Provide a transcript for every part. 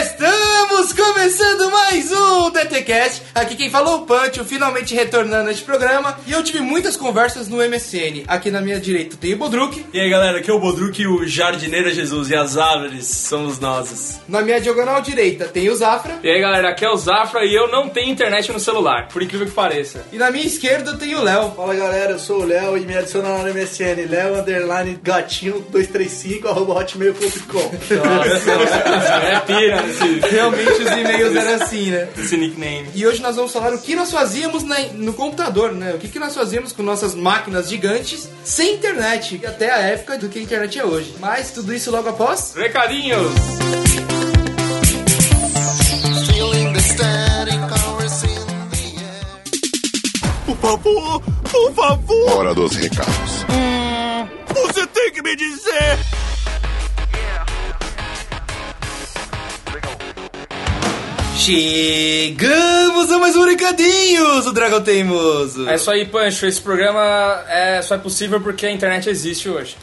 Estamos começando mais um DTCast. Aqui quem falou o Pancho, finalmente retornando a este programa. E eu tive muitas conversas no MSN. Aqui na minha direita tem o Bodruk, E aí galera, aqui é o Bodruk e o Jardineiro é Jesus e as árvores somos nós. na minha diagonal direita tem o Zafra. E aí galera, aqui é o Zafra e eu não tenho internet no celular, por incrível que pareça. E na minha esquerda tem o Léo. Fala galera, eu sou o Léo e me adiciona lá no MSN, Léo underline gatinho 235 arroba hotmail.com. É pira esse, Realmente os e-mails eram assim, né? esse nickname. E hoje nós vamos falar o que nós fazíamos na- no computador, né? O que, que nós fazíamos com nossas máquinas gigantes sem internet, e até a época do que a internet é hoje. Mas tudo isso logo após. Recadinhos! Feeling the static powers in the air. Por favor, por favor, Hora dos recados. você tem que me dizer. Chegamos a mais um recadinhos, o Dragão Teimoso. É isso aí, Pancho. Esse programa é só é possível porque a internet existe hoje.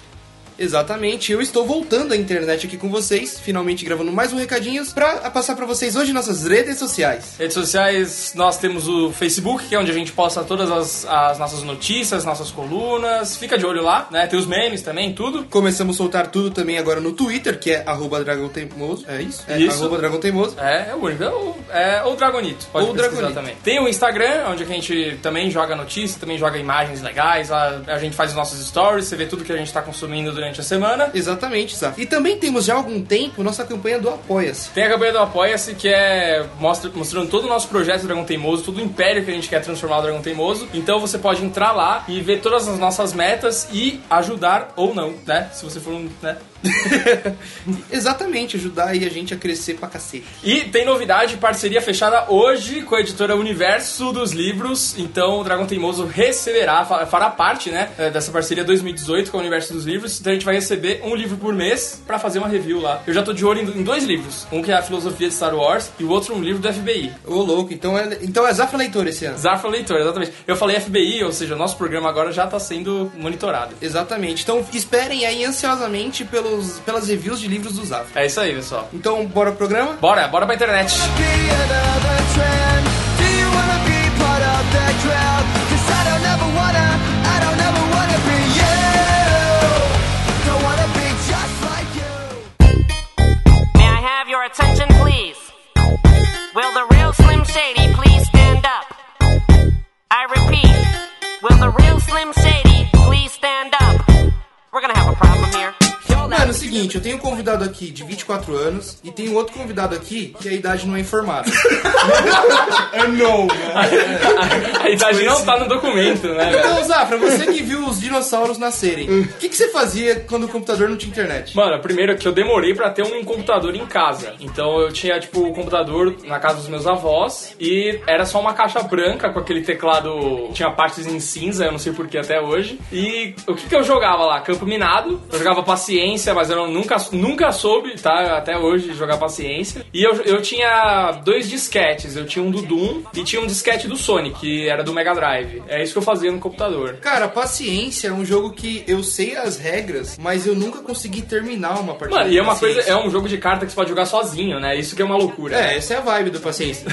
Exatamente, eu estou voltando à internet aqui com vocês, finalmente gravando mais um recadinhos pra passar pra vocês hoje nossas redes sociais. Redes sociais, nós temos o Facebook, que é onde a gente posta todas as, as nossas notícias, nossas colunas. Fica de olho lá, né? Tem os memes também, tudo. Começamos a soltar tudo também agora no Twitter, que é arroba dragão teimoso. É isso? É Isso. arroba dragão teimoso. É, é o único. É o, é o Dragonito. Pode Ou ou Dragonito. também. Tem o Instagram, onde a gente também joga notícias, também joga imagens legais. Lá a gente faz os nossos stories, você vê tudo que a gente tá consumindo durante a semana. Exatamente, Zaf. E também temos já há algum tempo nossa campanha do Apoia-se. Tem a campanha do Apoia-se, que é mostra, mostrando todo o nosso projeto Dragão Teimoso, todo o império que a gente quer transformar o Dragão Teimoso. Então você pode entrar lá e ver todas as nossas metas e ajudar ou não, né? Se você for um. Né? Exatamente, ajudar aí a gente a crescer pra cacete. E tem novidade, parceria fechada hoje com a editora Universo dos Livros. Então o Dragão Teimoso receberá, fa- fará parte, né, eh, dessa parceria 2018 com o Universo dos Livros. Então a gente vai receber um livro por mês pra fazer uma review lá. Eu já tô de olho em em dois livros. Um que é a filosofia de Star Wars e o outro um livro do FBI. Ô, louco, então é, então é Zafra Leitor esse ano. Zarfa Leitor, exatamente. Eu falei FBI, ou seja, nosso programa agora já tá sendo monitorado. Exatamente. Então esperem aí ansiosamente pelos, pelas reviews de livros do Zafra. É isso aí, pessoal. Então, bora pro programa? Bora, bora pra internet. be another trend? Do you wanna be part of the crowd? 'Cause I don't ever wanna, I don't ever wanna be you. Don't wanna be just like you. May I have your attention, please? Will the real Slim Shady please stand up? I repeat, will the real Slim Shady please stand up? We're gonna have a problem here. Mano, é o seguinte, eu tenho um convidado aqui de 24 anos e tem um outro convidado aqui que a idade não é informada. A idade não tá no documento, né, velho? Então, Zafra, você que viu os dinossauros nascerem, o que, que você fazia quando o computador não tinha internet? Mano, primeiro é que eu demorei pra ter um computador em casa. Então eu tinha, tipo, o computador na casa dos meus avós e era só uma caixa branca com aquele teclado. Tinha partes em cinza, eu não sei porquê até hoje. E o que, que eu jogava lá? Campo Minado. Eu jogava paciência, mas eu nunca, nunca soube, tá? Até hoje jogar paciência. E eu, eu tinha dois disquetes. Eu tinha um do Doom e tinha um disquete do Sonic, que era do Mega Drive. É isso que eu fazia no computador. Cara, Paciência é um jogo que eu sei as regras, mas eu nunca consegui terminar uma partida. Mano, de e é uma coisa, Paciência. é um jogo de carta que você pode jogar sozinho, né? Isso que é uma loucura. É, essa é a vibe do Paciência.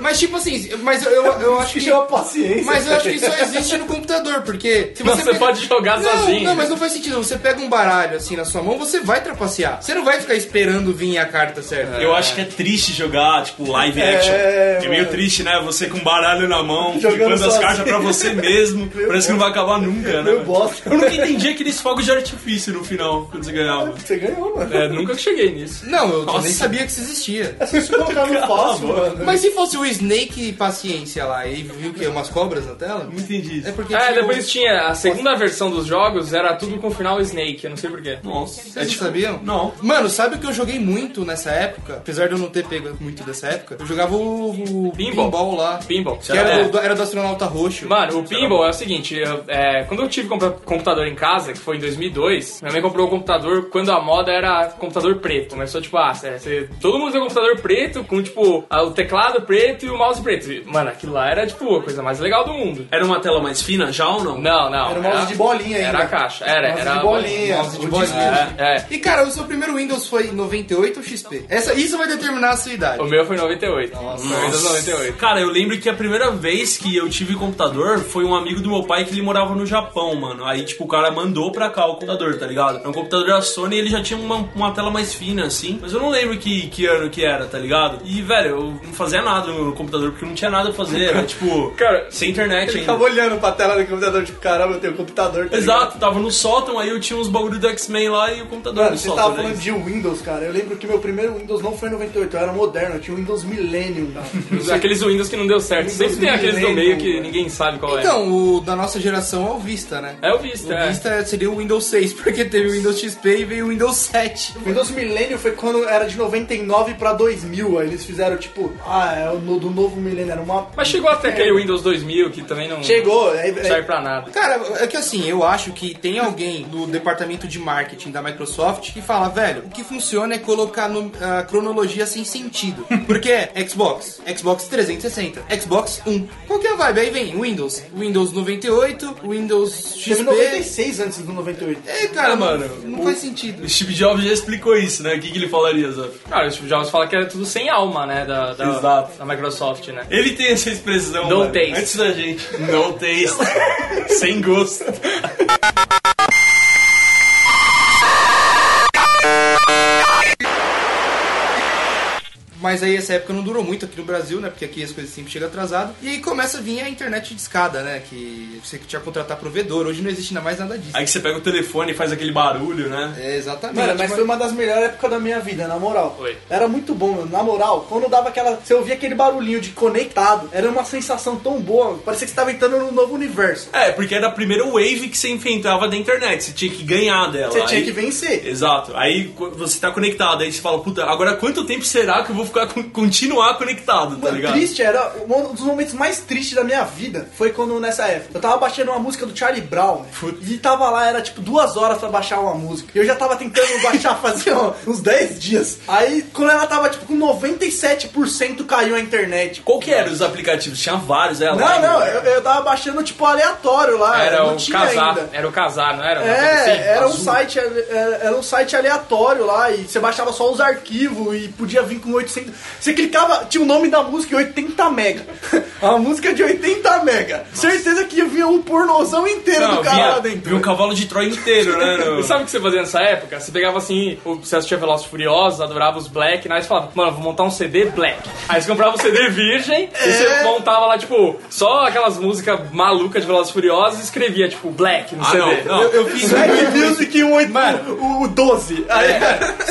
mas, tipo assim, mas eu, eu, eu acho que... é Chama paciência. Mas eu acho que só existe no computador, porque... Se Não, você pode jogar não, sozinho. Não, mas não faz sentido. Você pega um baralho assim na sua mão, você vai trapacear. Você não vai ficar esperando vir a carta certa. Eu acho que é triste jogar, tipo, live action. É, meio triste, né? Você com baralho na mão, Jogando jogando as sozinho. cartas pra você mesmo. Parece que não vai acabar nunca, né? Meu bosta. Eu nunca entendi aqueles fogos de artifício no final, quando você ganhava. Você ganhou, mano. É, nunca cheguei nisso. Não, eu Nossa. nem sabia que isso existia. É só se colocar no fácil, mano. Mas se fosse o Snake Paciência lá, e viu que umas cobras na tela? Não entendi É isso. porque É, tinha depois o- tinha a segunda versão dos jogos, era tudo com o final Snake, eu não sei porquê. Nossa. É, tipo, Vocês sabiam? Não. Mano, sabe o que eu joguei muito nessa época? Apesar de eu não ter pego muito dessa época, eu jogava o, o Pinball. pinball lá. Pinball. É. Que era, do, era do astronauta roxo. Mano, o pinball é o seguinte, eu- é, quando eu tive comp- computador em casa, que foi em 2002, minha mãe comprou o computador quando a moda era um computador preto. Começou tipo, ah, cê- cê- todo mundo tem computador preto com tipo a- o teclado preto e o mouse preto. E, Mano, aquilo lá era tipo a coisa mais legal do mundo. Era uma tela mais fina já ou não? Não, não. Era um mouse de bolinha ainda. Era a caixa. Era, Mouse era de a bolinha. mouse de o bolinha. disco. É, é. E cara, o seu primeiro Windows foi 98 ou XP? Essa, isso vai determinar a sua idade. O meu foi 98. Nossa. Foi Windows é 98. Cara, eu lembro que a primeira vez que eu tive computador foi um amigo do meu pai que ele morava no Japão, mano. Aí, tipo, o cara mandou pra cá o computador, tá ligado? É um computador da Sony e ele já tinha uma, uma tela mais fina, assim. Mas eu não lembro que, que ano que era, tá ligado? E, velho, eu não fazia nada no computador porque eu não tinha nada pra fazer. Era, tipo, Cara, sem internet Ele ainda. tava olhando pra tela do computador, tipo, caramba, eu tenho computador. tá ligado? Exato, tava no sótão, aí eu tinha uns bagulho do X-Men lá e o computador Mano, no você sótão. tava né? falando de Windows, cara. Eu lembro que meu primeiro Windows não foi 98, eu era moderno, eu tinha o Windows Millennium. cara. Os- Aqueles Windows que não deu certo. Windows Sempre tem aqueles do meio Millennium, que velho. ninguém sabe qual Então, o da nossa geração é o Vista, né? é. É o Vista, O é. Vista seria o Windows 6, porque teve o Windows XP e veio o Windows 7. O Windows Millennium foi quando era de 99 pra 2000. Aí eles fizeram tipo, ah, é o no- do novo milênio, era uma. Mas chegou até aquele Windows 2000 que também não É. Chegou, é, não é- serve pra nada. Cara, é que assim, eu acho que tem alguém do departamento de marketing da Microsoft que fala, velho, o que funciona é colocar no- a cronologia sem sentido. Porque é Xbox, Xbox 360, Xbox 1. Qual que é a vibe? Aí vem Windows, Windows 98, Windows teve XP. 96 antes do 98. É, cara, Ah, mano, mano, não faz sentido. O Steve Jobs já explicou isso, né? O que, que ele falaria, Zé? Cara, o Steve Jobs fala que era tudo sem alma, né? Da, da, Exato. da Microsoft, né? Ele tem essa expressão. No mano, taste. Antes da gente. No taste. Sem gosto. Mas aí essa época não durou muito aqui no Brasil, né? Porque aqui as coisas sempre chegam atrasado. E aí começa a vir a internet de escada, né? Que você tinha que contratar provedor. Hoje não existe ainda mais nada disso. Aí que você pega o telefone e faz aquele barulho, né? É, exatamente. Mano, mas foi uma das melhores épocas da minha vida, na moral. Foi. Era muito bom, mano. na moral. Quando dava aquela. Você ouvia aquele barulhinho de conectado, era uma sensação tão boa. Parecia que você tava entrando num novo universo. É, porque era a primeira wave que você enfrentava da internet. Você tinha que ganhar dela. Você tinha Aí- que vencer. Exato. Aí co- você tá conectado, aí você fala, puta, agora quanto tempo será que eu vou ficar con- continuar conectado, tá Mano, ligado? triste, era um dos momentos mais tristes da minha vida. Foi quando nessa época eu tava baixando uma música do Charlie Brown e tava lá, era tipo duas horas pra baixar uma música. E eu já tava tentando baixar fazia ó, uns 10 dias. Aí quando ela tava tipo com 97% caiu a internet. Qual que eram os aplicativos? Tinha vários, é a Não, Line, não, né? um eu, eu tava baixando tipo aleatório lá. Era É, não o tinha casar, ainda. era o casar, não era? Uma coisa assim, É, era um, azul. site, era era um site aleatório lá e você baixava só os arquivos e podia vir com 800. Você clicava, tinha o nome da música em 80 mega. A música é de 80 mega. Certeza que vinha um pornozão inteiro Não, do cara lá vinha, dentro. vinha um cavalo de Troia inteiro, né? no- E sabe o que você fazia nessa época? Você pegava assim, o- você assistia Velozes e Furiosos, adorava os Black, né? aí você falava, mano, vou montar um CD Black. Aí você comprava um CD virgem e É. você montava lá, tipo, só aquelas músicas malucas de Velozes e Furiosos e escrevia, tipo, Black no Ah, CD. não, não. Eu fiz Black Music 18, Mano. o, o 12. Aí,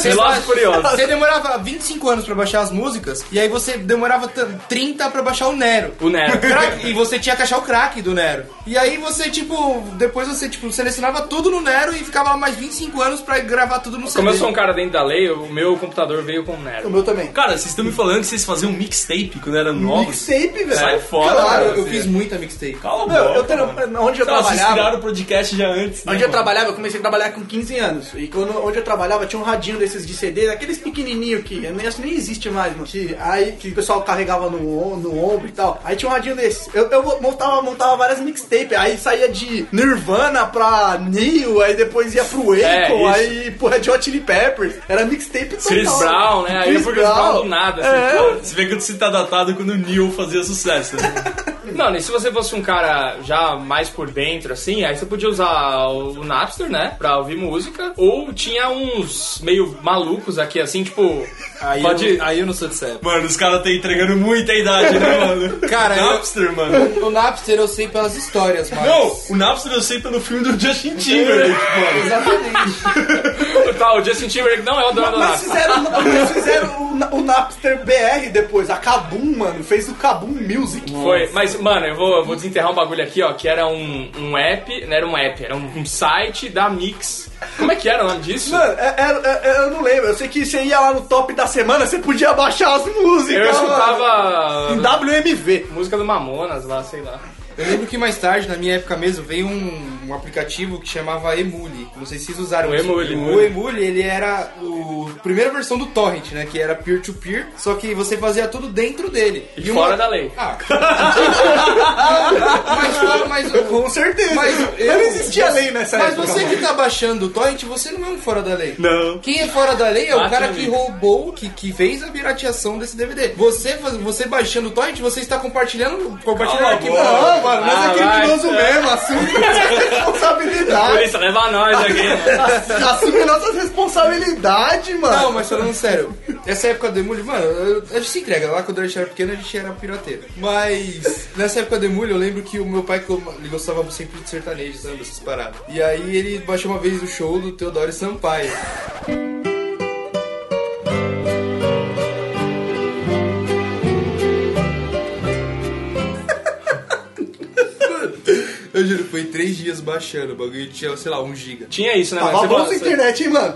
Velozes e Furiosos. Você demorava 25 anos pra baixar as músicas, e aí você demorava t- 30 pra baixar o Nero. O Nero. Crack, e você tinha que achar o crack do Nero. E aí você, tipo, depois você, tipo, selecionava tudo no Nero e ficava lá mais 25 anos pra gravar tudo no CD. Como eu sou um cara dentro da lei, o meu computador veio com o Nero. meu também. Cara, vocês estão me falando que vocês faziam mixtape quando eram novos? Mixtape, velho. Sai fora, Claro, cara. eu assim, fiz muita mixtape. Cala a Meu, eu boca, tra- mano. onde eu Tá, vocês trabalhava. criaram o podcast já antes, né, Onde eu mano? trabalhava, eu comecei a trabalhar com 15 anos. E quando, onde eu trabalhava tinha um radinho desses de CD, aqueles pequenininho que eu nem, acho que nem existe mais, mano. Que, aí, que o pessoal carregava no, om- no ombro e tal. Aí tinha um radinho desse. Eu, eu montava, montava várias mixtapes. Aí saía de Nirvana pra Neil, aí depois ia pro Echo, É, isso. aí pro Red Hot Chili Peppers. Era mixtape total. Chris Brown, né? Aí Chris eu fui Chris Brown Brown. do nada. Assim, pô. Você vê que você tá datado quando o Neil fazia sucesso. Né? Mano, e se você fosse um cara já mais por dentro, assim, aí você podia usar o Napster, né? Pra ouvir música. Ou tinha uns meio malucos aqui, assim, tipo. pode. aí eu não sou de sério. Mano, os caras estão entregando muita idade, né, mano? Cara, eu- Napster, mano. O Napster eu sei pelas histórias, mas... Não, o Napster eu sei pelo filme do Justin Timberlake, mano. Exatamente. Tá, o Justin Timberlake não é o dono do Mas Napster. fizeram, mas fizeram o, Na- o Napster BR depois. A Kabum, mano, fez o Kabum Music. Foi, mas, mano, eu vou, eu vou desenterrar um bagulho aqui, ó, que era um, um app, não era um app, era um, um site da Mix. Como é que era o nome disso? Mano, é- é- é- eu não lembro. Eu sei que você ia lá no top da semana, você podia baixar as músicas. eu mano. escutava Em WMV. música do Mamonas lá, sei lá. Eu lembro que mais tarde, na minha época mesmo, veio um, um aplicativo que chamava Emule. Não sei se vocês usaram O isso. Emule. O Emule, ele era o a primeira versão do Torrent, né? Que era peer-to-peer, só que você fazia tudo dentro dele. E fora da lei. Ah. mas, mas, com certeza. Mas eu, não existia lei nessa Mas época. você que tá baixando o torrent, você não é um fora da lei. Não. Quem é fora da lei é o Bate cara no que livro. roubou, que, que fez a pirateação desse DVD. Você, faz- você baixando o torrent, você está compartilhando, compartilhando Cala a arquivo. boca. Não, mano, mas Ah, é vai. criminoso mesmo, assume nossas responsabilidades. Polícia, leva nós aqui. né? Assume nossas responsabilidades, mano. Não, mas falando sério, essa época do Emulho, mano, eu- a gente se entrega. Lá quando a gente era pequeno, a gente era pirateiro. Mas nessa época do Emulho, eu lembro que o meu pai, que eu- ele gostava sempre de sertanejo, sabe, essas paradas. E aí ele baixou uma vez o show do Teodoro Sampaio. Eu juro, foi três dias baixando o bagulho, tinha, sei lá, um giga. Tinha isso, né? mano? Tava bom falou- essa internet, hein, mano?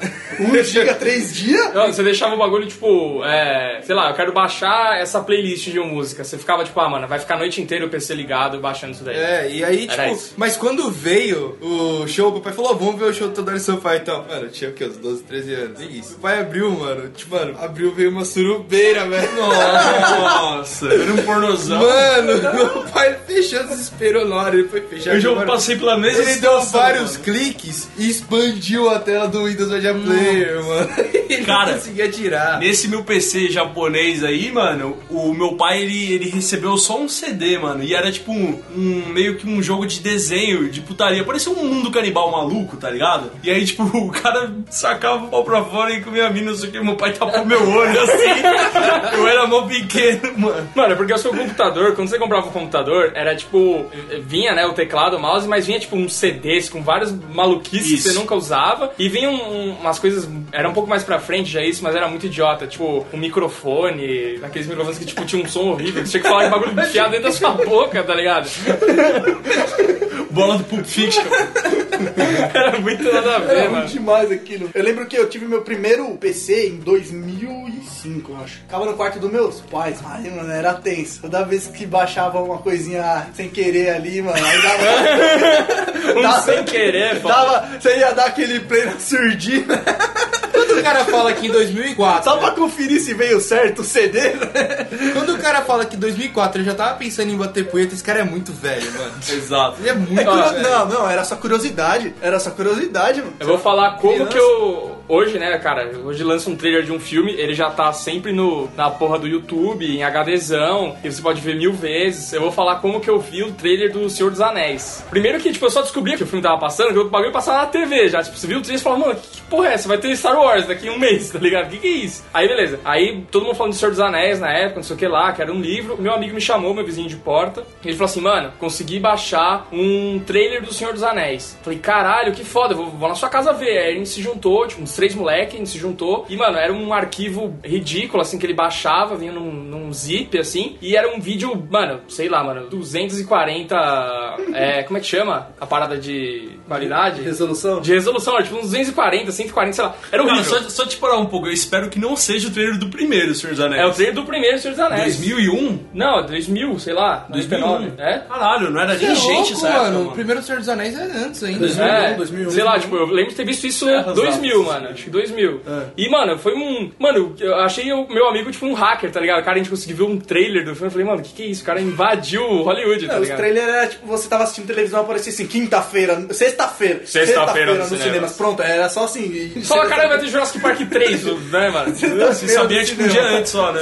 1 giga, 3 dias? Não, você deixava o bagulho, tipo, é, sei lá, eu quero baixar essa playlist de uma música. Você ficava, tipo, ah, mano, vai ficar a noite inteira o PC ligado baixando isso daí. É, e aí, Era tipo, isso. mas quando veio o show, o papai falou, "Ó, vamos ver o show do Teodoro Sampaio e tal. Mano, eu tinha o quê? Uns 12, 13 anos. Nem isso. O pai abriu, mano. Tipo, mano, abriu, veio uma surubeira, velho. Nossa, era um pornozão. Mano, meu pai fechou, desesperou na hora, ele foi fechar. Eu já Agora- passei pela mesma Ele deu situação, vários mano. cliques e expandiu a tela do Windows Media Player, mano. Ele Cara, não conseguia tirar. Nesse meu PC japonês aí, mano, o meu pai, ele, ele recebeu só um CD, mano. E era tipo um, um- meio que um jogo de desenho, de putaria. Parecia um mundo canibal maluco, tá ligado? E aí, tipo, o cara sacava o pau pra fora e comia a mina, não sei o que. Meu pai tapou meu olho, assim. Eu era mó pequeno, mano. Mano, é porque o seu computador, quando você comprava o computador, era tipo. Vinha, né, o teclado, o mouse, mas vinha tipo um CDs com várias maluquices Isso. que você nunca usava. E vinha um- umas coisas. Era um pouco mais pra frente já isso, mas era muito idiota. Tipo, um microfone, aqueles microfones que tipo tinha um som horrível, que você tinha que falar de bagulho enfiado dentro da sua boca, tá ligado? Bola do Pulp Fiction. Era muito nada a ver, Era ruim É, mano. demais aquilo. Eu lembro que eu tive meu primeiro PC em 2005, eu acho. Ficava no quarto dos meus pais. Aí, mano, era tenso. Toda vez que baixava uma coisinha sem querer ali, mano, aí dava... Um Dava- sem querer, pô. dava você ia dar aquele play na surdina. Quando o cara fala que em 2004... Só pra conferir se veio certo o CD, né? Quando o cara fala que em 2004 eu já tava pensando em bater punheta, esse cara é muito velho, mano. Exato. Ele é muito Ah, velho. Não, não, era só curiosidade. Era só curiosidade, mano. Eu vou falar como Criança. que eu. Hoje, né, cara, hoje lança um trailer de um filme, ele já tá sempre no, na porra do YouTube, em HDzão, que você pode ver mil vezes. Eu vou falar como que eu vi o trailer do Senhor dos Anéis. Primeiro que, tipo, eu só descobri que o filme tava passando, que o bagulho passava na TV já. Tipo, você viu o trailer e falou, mano, que porra é essa? Vai ter Star Wars daqui a um mês, tá ligado? O que, que é isso? Aí, beleza. Aí todo mundo falando do Senhor dos Anéis na época, não sei o que lá, que era um livro. Meu amigo me chamou, meu vizinho de porta, e ele falou assim, mano, consegui baixar um trailer do Senhor dos Anéis. Falei, caralho, que foda, vou, vou na sua casa ver. Aí a gente se juntou, tipo, uns três moleques, a gente se juntou. E, mano, era um arquivo ridículo, assim, que ele baixava, vinha num, num zip, assim. E era um vídeo, mano, sei lá, mano, 240. É, como é que chama? A parada de qualidade? Resolução? De resolução, era tipo uns 240, 140, sei lá. Era Cara, horrível. só, só te parar um pouco. Eu espero que não seja o trailer do primeiro, Senhor dos Anéis. É o trailer do primeiro Senhor dos Anéis. 2001? Não, 2000, sei lá. 2001. 99, É? Caralho, não era Você nem gente essa época, Tá mano. mano. O primeiro Senhor dos Anéis é antes ainda. 2001, é, 2001. Sei lá, tipo, eu lembro de ter visto isso em 2000, mano. Acho que 2000. E, mano, foi um. Mano, eu achei o meu amigo, tipo, um hacker, tá ligado? Cara, a gente conseguiu ver um trailer do filme. Eu falei, mano, o que, que é isso? O cara invadiu Hollywood, tá Não, os ligado? trailers era tipo, você tava assistindo televisão, aparecia assim, quinta-feira, sexta-feira. Sexta-feira nos nos cinemas. cinemas. Pronto, era só assim. e- Só caralho, vai ter Jurassic Park 3, né, mano? Você sabia, tipo, um dia antes só, né?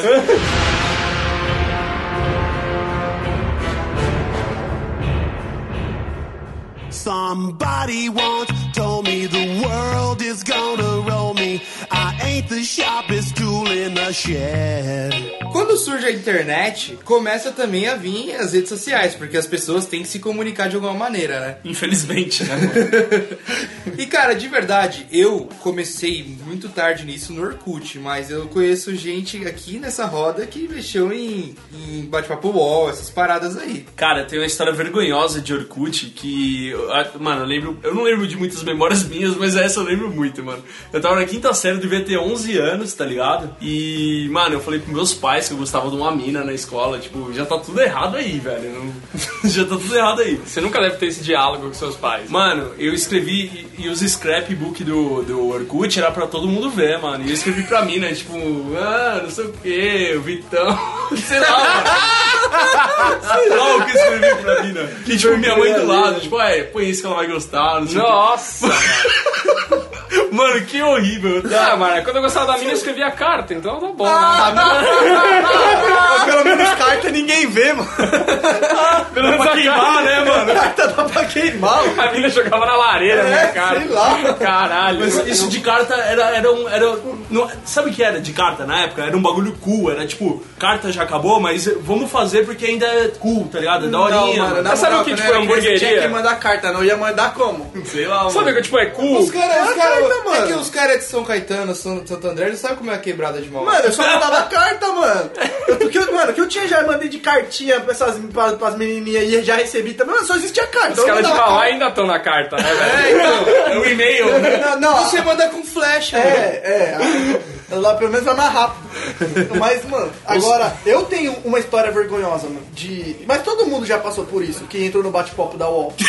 Somebody once told me the world is gonna roll me. I ain't the sharpest tool in the shed. Quando surge a internet, começa também a vir as redes sociais, porque as pessoas têm que se comunicar de alguma maneira, né? Infelizmente, né? E cara, de verdade, eu comecei muito tarde nisso no Orkut, mas eu conheço gente aqui nessa roda que mexeu em, em bate-papo wall, essas paradas aí. Cara, tem uma história vergonhosa de Orkut que. ah, Mano, eu lembro. Eu não lembro de muitas memórias minhas, mas essa eu lembro muito, mano. Eu tava na quinta série, devia ter 11 anos, tá ligado? E, mano, eu falei pros meus pais pais que eu gostava de uma mina na escola. Tipo, já tá tudo errado aí, velho. Não- já tá tudo errado aí. Você nunca deve ter esse diálogo com seus pais. Mano, eu escrevi e, e os scrapbook do, do Orkut era pra todo mundo ver, mano. E eu escrevi pra mim, né? Tipo, ah, não sei o que, o Vitão. Sei lá, mano. Sei lá o que eu escrevi pra mim, né? E tipo, minha mãe do lado, tipo, é, põe isso que ela vai gostar, não sei Nossa! o que. Mano, que horrível. tá? ah, mano, quando eu gostava da mina, eu escrevia carta, então tá bom. né? Ah! Pelo menos carta ninguém vê, mano. Pelo menos a carta, né, mano? Carta dá pra queimar. mano. A mina jogava na lareira, né, minha cara. sei lá. Caralho. Mas isso de carta era, era um. Era, não- sabe o que era de carta na época? Era um bagulho cool, era tipo, carta já acabou, mas vamos fazer porque ainda é cool, tá ligado? É da Não, horinha. mano, na Mas sabe moral, o que, é quando tipo, eu era criança, hamburgueria? Tinha que mandar carta, não ia mandar como? Sei lá, mano. Sabe que tipo é cool? Os caras, os cara, carta, mano. é que os caras de São Caetano, São- Santo André, eles sabem como é a quebrada de mal. Mano, eu só mandava carta, mano. Eu, o que eu, mano, o que eu tinha já mandei de cartinha pra essas pra, pras menininhas e já recebi também. Mano, só existia carta. Os caras de falar Hawaii ainda estão na carta, né, velho? o é um e-mail. né? Não, não, você manda com flecha, mano. É, é. a- Lá pelo menos vai mais rápido. Mas, mano, agora eu tenho uma história vergonhosa, mano. De. Mas todo mundo já passou por isso, que entrou no bate-papo da UOL.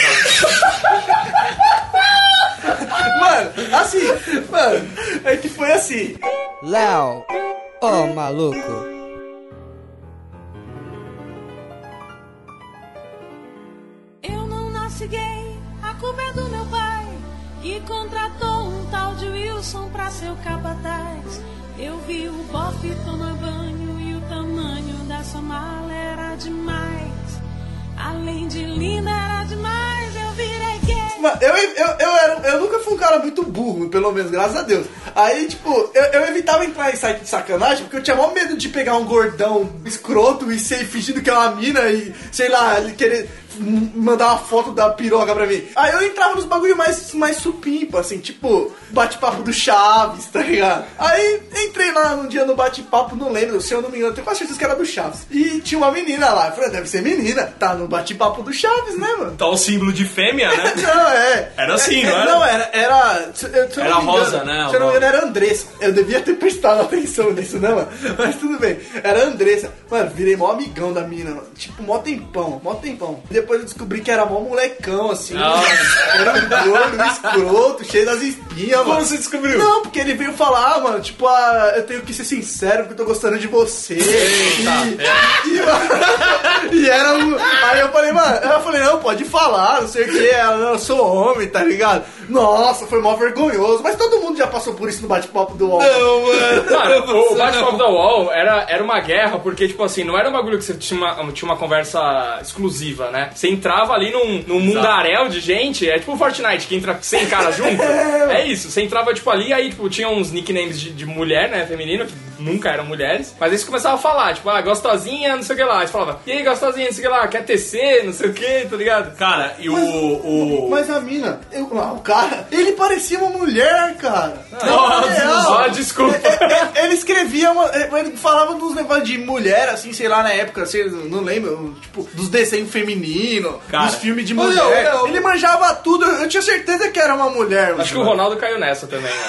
mano, assim, mano, é que foi assim. Léo, ô maluco. Eu não nasci gay, a culpa é do meu pai, que contratou um tal de Wilson pra ser o capataz. Eu vi o bofe tomar banho e o tamanho dessa mala era demais. Além de linda, era demais, eu virei gay. Mano, eu, eu, eu, era, eu nunca fui um cara muito burro, pelo menos, graças a Deus. Aí, tipo, eu, eu evitava entrar em site de sacanagem, porque eu tinha maior medo de pegar um gordão escroto e ser fingindo que é uma mina e, sei lá, ele querer m- mandar uma foto da piroca pra mim. Aí eu entrava nos bagulho mais, mais supimpa, assim, tipo, bate-papo do Chaves, tá ligado? Aí entrei lá um dia no bate-papo, não lembro, se eu não me engano, tenho quase certeza que era do Chaves. E tinha uma menina lá, eu falei, deve ser menina, tá no bate-papo do Chaves, né, mano? Tá o símbolo de fêmea, né? Não, é. Era assim, É, não é, era? Não, era. Era, se- eu- se eu Era não me rosa, engano, né, Se eu não me rosa. engano, era Andressa. Eu devia ter prestado atenção nisso, né, mano? Mas tudo bem. Era Andressa. Mano, virei mó amigão da mina, mano. Tipo, mó tempão, mó tempão. Depois eu descobri que era mó molecão, assim. Era um gordo, um escroto, cheio das espinhas, mano. você descobriu? Não, porque ele veio falar, ah, mano, tipo, ah, eu tenho que ser sincero porque eu tô gostando de você. tá, e, e, é. mano, e era um. Aí eu falei, mano, eu falei, não, pode falar, não sei o que, eu sou homem, tá ligado? Nossa, foi mó vergonhoso. Mas todo mundo já passou por isso no bate-papo do UOL. Mano, o- o bate-papo da UOL era, era uma guerra, porque, tipo assim, não era um bagulho que você tinha uma, tinha uma conversa exclusiva, né? Você entrava ali num, num mundaréu de gente, é tipo o Fortnite, que entra 100 caras junto. é isso, você entrava, tipo, ali, aí, tipo, tinha uns nicknames de, de mulher, né, feminino, que nunca eram mulheres. Mas aí você começava a falar, tipo, ah, gostosinha, não sei o que lá. Aí você falava, e aí, gostosinha, não sei o que lá, quer tecer, não sei o que, tá ligado? Cara, e o. o... Mas a mina, eu- ah, o cara, ele parecia uma mulher, cara. Ah, é real. ah, desculpa. É, é, Ele escrevia, uma- é, ele falava dos negócios de mulher, assim, sei lá, na época, assim, não lembro, tipo, dos desenhos femininos, Cara. é. dos filmes de Ô, mulher. Léo, Léo. Ele manjava tudo, eu eu tinha certeza que era uma mulher. Acho que o Ronaldo caiu nessa também, né?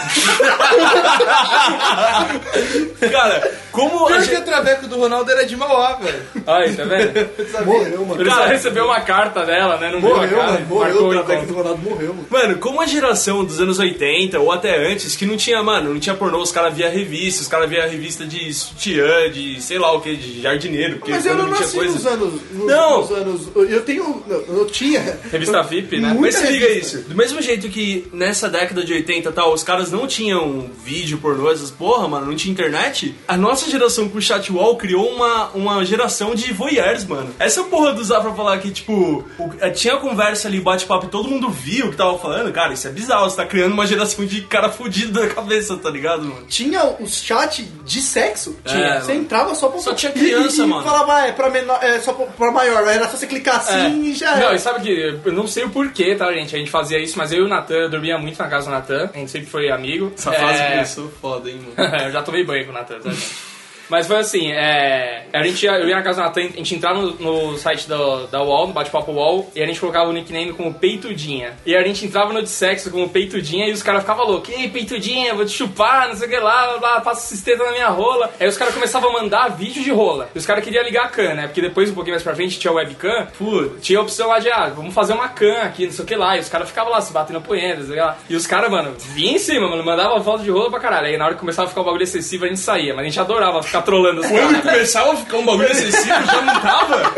Cara, como a Pior que gente. o traveco do Ronaldo era de Mauá, velho. Aí, tá vendo? morreu, mano. Ele só recebeu uma carta dela, né? Não viu a Morreu, carta, mano. Morreu, marcou o o traveco encontro. do Ronaldo morreu, mano. Mano, como a geração dos anos 80 ou até antes, que não tinha, mano, não tinha pornô, os caras via revista, os caras via revista de sutiã, de sei lá o que, de jardineiro, porque Mas eu quando não não tinha nasci nos coisa. anos. Nos, Não. nos anos. Eu tenho. Eu, eu tinha. Revista Então, VIP, né? Mas se liga revista. isso. Do mesmo jeito que nessa década de 80 e tal, os caras não tinham vídeo, pornô, essas porra, mano, não tinha internet, a nossa geração com o chatwall criou uma, uma geração de voyeurs, mano. Essa porra do Zá pra falar que, tipo, o- eh, tinha conversa ali, bate-papo, e todo mundo via o que tava falando, cara, isso é bizarro, você tá criando uma geração de cara fudido da cabeça, tá ligado, mano? Tinha os chat de sexo. Tinha. Você entrava só pra. É, Só tinha criança, e, e, mano. É. E falava, ah, é pra menor. É só pra, pra maior. Era só você clicar assim e já Não, era. e sabe que eu não sei o porquê, tá, gente? A gente fazia isso, mas eu e o Natan, eu dormia muito na casa do Natan, a gente sempre foi amigo. Essa fase É, começou foda, hein, mano. eu já tomei banho com o Natan, tá, gente? Mas foi assim, é, a gente ia, eu ia na casa do Natan, a gente entrava no, no site da, da UOL, no bate-papo UOL, e a gente colocava o nickname como Peitudinha. E a gente entrava no de sexo como Peitudinha e os caras ficavam loucos, ei, Peitudinha, vou te chupar, não sei o que lá, blá, blá, passa cisteta na minha rola. Aí os caras começavam a mandar vídeo de rola. E os caras queriam ligar a can, né? Porque depois, um pouquinho mais pra frente, tinha webcam, putz, tinha a opção lá de, ah, vamos fazer uma can aqui, não sei o que lá. E os caras ficavam lá se batendo punheta, não sei o que lá. E os caras, mano, vinha em cima, mano, mandava foto de rola pra caralho. Aí na hora que começava a ficar o bagulho excessivo, a gente saía, mas a gente adorava ficar trolando os caras. Quando começava a ficar um bagulho excessivo, já não tava?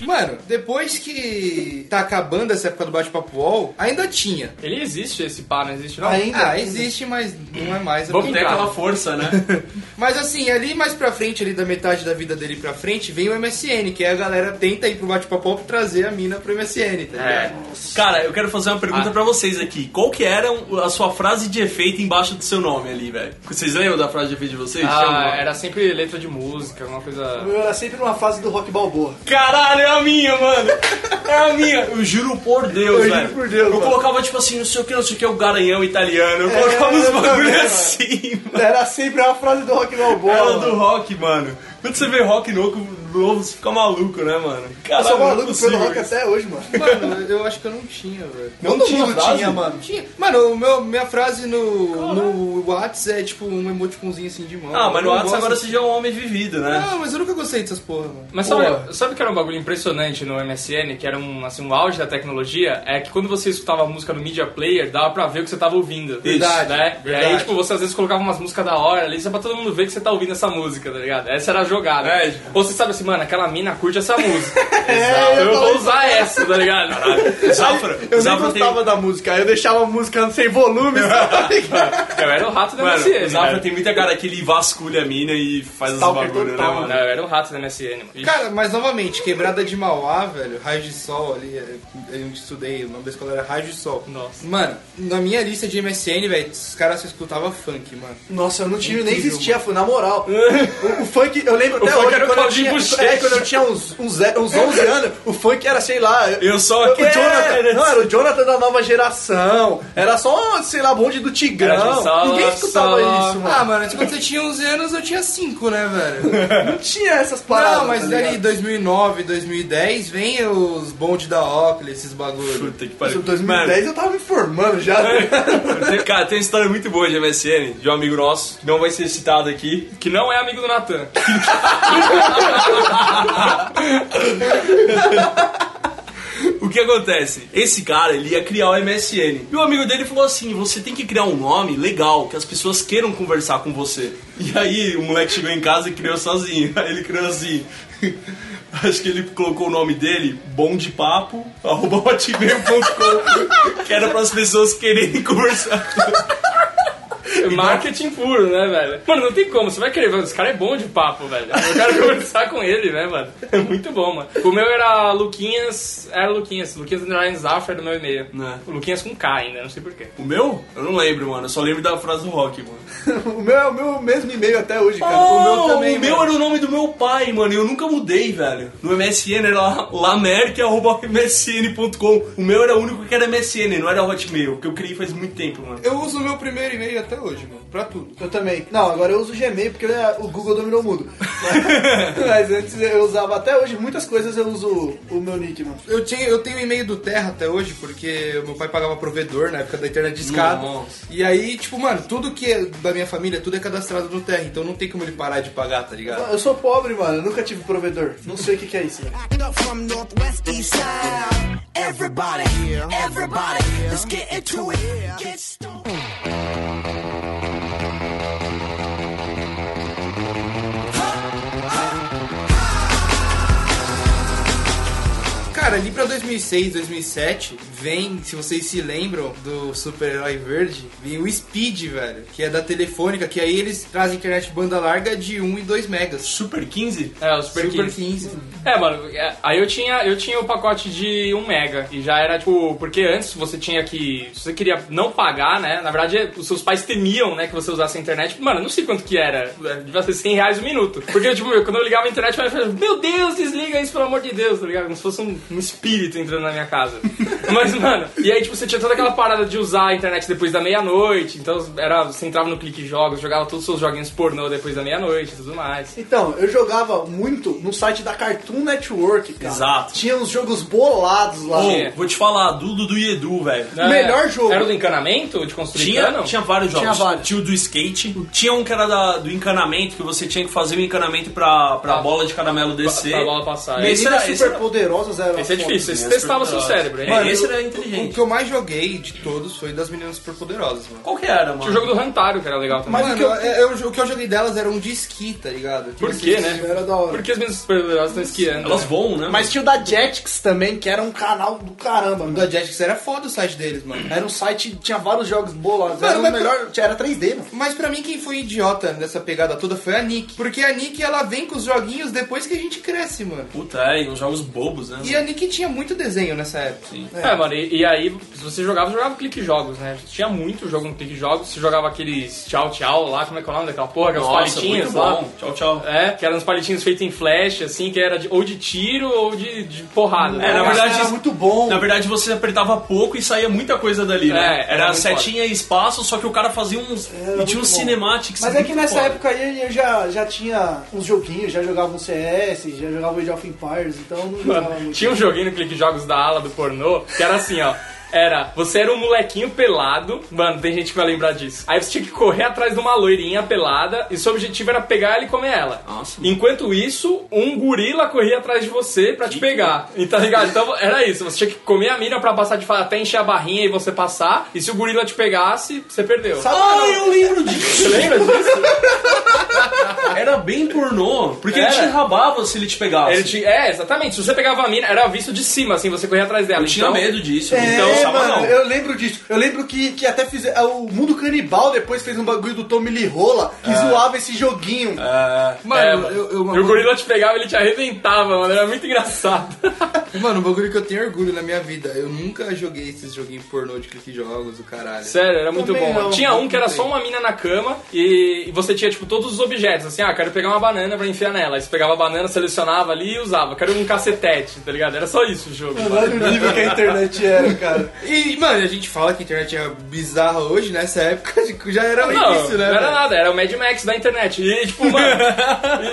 Mano, depois que tá acabando essa época do bate-papo UOL, ainda tinha. Ele existe esse pá, não existe não? ah, existe, mas não é mais. Vamos ter aquela força, né? Mas assim, ali mais pra frente, ali da metade da vida dele pra frente, vem o MSN, que é a galera tenta ir pro bate-papo pra trazer a mina pro MSN, tá ligado? Cara, eu quero fazer uma pergunta Ah. pra vocês aqui. Qual que era a sua frase de efeito embaixo do seu nome ali, velho? Vocês lembram da frase de efeito de vocês? Tinha alguma? Ah, era sempre letra de música, alguma coisa. Eu era sempre numa fase do rock balboa. Caralho, é a minha, mano. É a minha. Eu juro por Deus, Eu juro velho. por Deus, Eu mano. colocava, tipo assim, não sei o que, não sei o que, o garanhão italiano. Eu colocava uns eu também, bagulho mano. assim, mano. Era sempre uma frase do rock balboa. Ela mano. do rock, mano. Quando você vê rock novo, novo você fica maluco, né, mano? Eu Caralho, sou não é maluco pelo possível rock isso. até hoje, mano. Mano, eu acho que eu não tinha, velho. Não Todo tinha mundo frase? tinha, mano. Tinha. Mano, o meu, minha frase no, no Whats é tipo um emoticonzinho assim de mão. Ah, mas no Eu WhatsApp gosto- agora você já é um homem vivido, né? Não, mas eu nunca gostei dessas porra, mano. Mas sabe, sabe que era um bagulho impressionante no MSN, que era um, assim, um auge da tecnologia? É que quando você escutava a música no Media Player, dava pra ver o que você tava ouvindo. Verdade, Né? E aí, verdade. tipo, você às vezes colocava umas músicas da hora ali, só pra todo mundo ver que você tá ouvindo essa música, tá ligado? Essa era a jogada. É. Ou você sabe assim, mano, aquela mina curte essa música. eu, eu vou tava- usar essa, tá ligado? Zafra, Eu nem Zafra tem... gostava da música, eu deixava a música sem É. volume, sabe? Eu era o rato do Mano, MSN. o Zafra velho. tem muita cara que ele vasculha a mina e faz os Stalker bagulho, né, total, mano? Não, eu era o rato do MSN, mano. Ixi. Cara, mas novamente, quebrada de Mauá, velho, Raio de Sol ali, é, é onde estudei, o nome da escola era Raio de Sol. Nossa. Mano, na minha lista de MSN, velho, os caras só escutavam funk, mano. Nossa, eu não tinha nem existia, fui, na moral. O, o funk, eu lembro até funk hoje, era um o quando, eu Claudinho tinha, Bochecha. é, quando eu tinha uns, uns, é- uns 11 anos, o funk era, sei lá... Eu sou aqui, é, Jonathan. Não, era o Jonathan da nova geração, era só, sei lá, bonde do Tigrão. Era de sala, Ninguém escutava sala. isso, mano. Ah, mano, tipo, quando você tinha 11 anos, eu tinha 5, né, velho? não tinha essas paradas, Não, mas tá ali ligado? 2009, 2010, vem os bonde da Oakley, esses bagulho. Puta que Mas pariu. em 2010 eu tava me formando já. É. Mano, tem- cara, tem uma história muito boa de MSN, de um amigo nosso, que não vai ser citado aqui. Que não é amigo do Natan. O que acontece? Esse cara, ele ia criar o MSN. E o amigo dele falou assim, você tem que criar um nome legal, que as pessoas queiram conversar com você. E aí, o moleque chegou em casa e criou sozinho. Aí ele criou assim... Acho que ele colocou o nome dele, bom de papo, arroba hotmail.com, que era para as pessoas quererem conversar. Marketing puro, né, velho? Mano, não tem como, você vai querer, mano, esse cara é bom de papo, velho. Eu quero conversar com ele, né, mano? É muito bom, mano. O meu era Luquinhas, era Luquinhas, Luquinhas Underline Zafra era o meu e-mail. Né? O Luquinhas com K ainda, não sei porquê. O meu? Eu não lembro, mano. Eu só lembro da frase do rock, mano. o meu é o meu mesmo e-mail até hoje, cara. Ah, Oh, o meu também, o meu mano. era o nome do meu pai, mano. e Eu nunca mudei, velho. No MSN era lá- lamerck.msn.com. O meu era o único que era MSN, não era Hotmail, que eu criei faz muito tempo, mano. Eu uso o meu primeiro e-mail até hoje, mano, pra tudo. Eu é também. Não, agora eu uso o Gmail porque é, o Google dominou o mundo. Mas, mas antes eu usava até hoje muitas coisas eu uso o meu nick, mano. Eu, tinha, eu tenho e-mail do Terra até hoje, porque o meu pai pagava provedor na época da internet de escada. Nossa. E aí, tipo, mano, tudo que é da minha família, tudo é cadastrado no Terra, então não tem como ele parar de pagar, tá ligado? Eu sou pobre, mano. Eu nunca tive provedor. Não sei o que, que é isso. velho. Up from northwest east side. Everybody, everybody, let's get into it. Get stoned. Cara, ali pra 2006, 2007, vem, se vocês se lembram do super-herói verde, vem o Speed, velho, que é da Telefônica, que aí eles trazem internet banda larga de 1 e 2 megas. Super 15? É, o Super, Super 15. 15. É, mano, é, aí eu tinha, eu tinha o pacote de 1 mega e já era tipo, porque antes você tinha que, se você queria não pagar, né? Na verdade, os seus pais temiam, né, que você usasse a internet. Mano, eu não sei quanto que era, é, devia ser 100 reais o minuto. Porque tipo, eu- quando eu ligava a internet, eu falava, meu Deus, desliga isso pelo amor de Deus, tá ligado? Como se fosse um, um espírito entrando na minha casa. Mas, mano, e aí, tipo, você tinha toda aquela parada de usar a internet depois da meia-noite. Então, era, você entrava no clique jogos, jogava todos os seus joguinhos pornô depois da meia-noite e tudo mais. Então, eu jogava muito no site da Cartoon Network, cara. Exato. Tinha uns jogos bolados lá. Ô, vou te falar, do Dudu e Edu, velho. O melhor jogo. É, Era o do encanamento? De construir Tinha, cano? tinha vários jogos. Tinha vários. o do skate, tinha um que era da- do encanamento, que você tinha que fazer o encanamento pra, pra Pra- bola de caramelo descer. Pra bola passar. Esse é Meninas era- esse super poderosas eram. Esse é foda. difícil, esse testava seu cérebro, hein? É, esse eu- era O inteligente. que eu mais joguei de todos foi das meninas superpoderosas, mano. Qual que era, mano? Tinha o jogo do Rantaro, que era legal também. Mas Mano, o, que eu, é- eu- o que eu joguei delas era um de esqui, tá ligado? Por quê, né? Era da hora. Por que as meninas superpoderosas estão esquiando? Elas voam, né? Mas tinha o da Jetix também, que era um canal do caramba. O mano. da Jetix era foda o site deles, mano. Era um site, tinha vários jogos bolados. Mano, Era o mas- melhor, era 3D, mano. Mas pra mim, quem foi idiota nessa pegada toda foi a Nick. Porque a Nick, ela vem com os joguinhos depois que a gente cresce, mano. Puta, é, e uns jogos bobos, né? E a Nick tinha muito desenho nessa época. É, mano, e, e aí, se você jogava, jogava clique jogos, né? Tinha muito jogo no clique jogos. Você jogava aqueles tchau tchau lá, como é que é o nome daquela porra? Aquelas Nossa, muito palitinhas lá. bom. Tchau, tchau. É, que eram uns palitinhos feitos em flash, assim, que era de- ou de tiro ou de, de porrada. É, na Era- verdade, era isso- muito bom. Na verdade, você apertava pouco e saía muita coisa dali, né? É, era era muito setinha e espaço, só que o cara fazia uns. e tinha É, um muito uns bom. cinematics. Mas é muito que nessa foda. época aí eu já, já tinha uns joguinhos, já jogava um CS, já jogava Age of Empires, então não jogava Mano, muito. tinha um joguinho no Clique Jogos da ala do pornô que era assim, ó. Era, você era um molequinho pelado, mano, tem gente que vai lembrar disso. Aí você tinha que correr atrás de uma loirinha pelada e seu objetivo era pegar ela e comer ela. Nossa. Enquanto isso, um gorila corria atrás de você pra te pegar. E tá ligado? Então era isso, você tinha que comer a mina pra passar de fase até encher a barrinha e você passar. E se o gorila te pegasse, você perdeu. Sabe Ah, qual- eu lembro disso. Você lembra disso? Era bem pornô, porque ele te Era. enrabava se ele te pegasse. Ele te- É, exatamente. Se você pegava a mina, era visto de cima, assim, você corria atrás dela. Eu tinha Então- medo disso, É, então eu mano, não. eu lembro disso. Eu lembro que, que até fiz. O Mundo Canibal depois fez um bagulho do Tommy Lee Rola que zoava esse joguinho. Mano, É, eu, eu- uma e coisa- o gorila te pegava, ele te arrebentava, mano. Era muito engraçado. Mano, um bagulho que eu tenho orgulho na minha vida. Eu nunca joguei esses joguinhos pornô de clique jogos, o caralho. Sério, era muito Também bom. não, tinha um que era não só sei. uma mina na cama e e você tinha, tipo, todos os objetos. Assim, ah, quero pegar uma banana pra enfiar nela. Aí você pegava a banana, selecionava ali e usava. Quero um cacetete, tá ligado? Era só isso o jogo. Olha o nível que a internet era, cara. E, mano, a gente fala que a internet é bizarra hoje, nessa época já era Não, isso, né? não era velho? nada, era o Mad Max da internet. E, tipo, mano,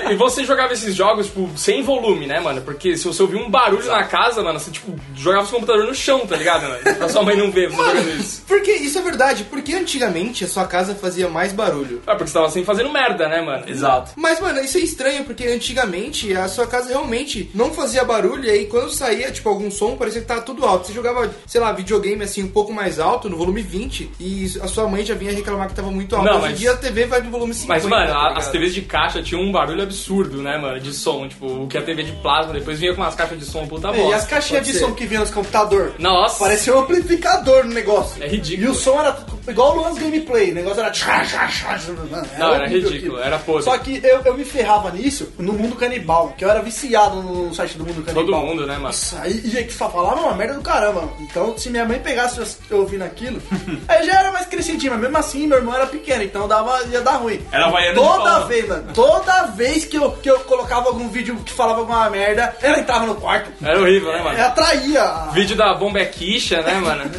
e, e você jogava esses jogos, tipo, sem volume, né, mano? Porque se você ouvir um barulho na casa, mano, você, tipo, jogava seu computador no chão, tá ligado, mano? Pra sua mãe não ver você jogando isso. Porque isso é verdade, porque antigamente a sua casa fazia mais barulho. Ah, porque você tava assim fazendo merda, né, mano? Exato. Mas, mano, isso é estranho, porque antigamente a sua casa realmente não fazia barulho, e aí quando saía, tipo, algum som, parecia que tava tudo alto. Você jogava, sei lá, videogame assim, um pouco mais alto, no volume 20, e a sua mãe já vinha reclamar que tava muito alto. Não, Hoje em mas- dia a TV vai no volume 50. Mas, mano, tá a- ligado? as TVs de caixa tinham um barulho absurdo, né, mano? De som, tipo, o que a TV de plasma depois vinha com umas caixas de som, puta bosta. É, e as caixinhas de ser. som que vinha nos computador. Nossa! Parecia um amplificador no negócio. É ridículo. E o som era igual o Luan's Gameplay. O negócio era... tchá, tchá, tchá, tchá, mano, Não, era horrível ridículo, aquilo. era podre. Só que eu, eu me ferrava nisso no Mundo Canibal, que eu era viciado no site do Mundo Canibal. Todo mundo, né, mano? Nossa, aí e aí só falava uma merda do caramba. mano. Então, se minha mãe pegasse eu ouvindo aquilo, aí já era mais crescidinho, mas mesmo assim, meu irmão era pequeno, então dava, ia dar ruim. Era vaiana de Toda pau. vez, mano, toda vez que eu, que eu colocava algum vídeo que falava alguma merda, ela entrava no quarto. Era horrível, né, mano? Ela atraía. a- Vídeo da bomba é quicha, né, mano?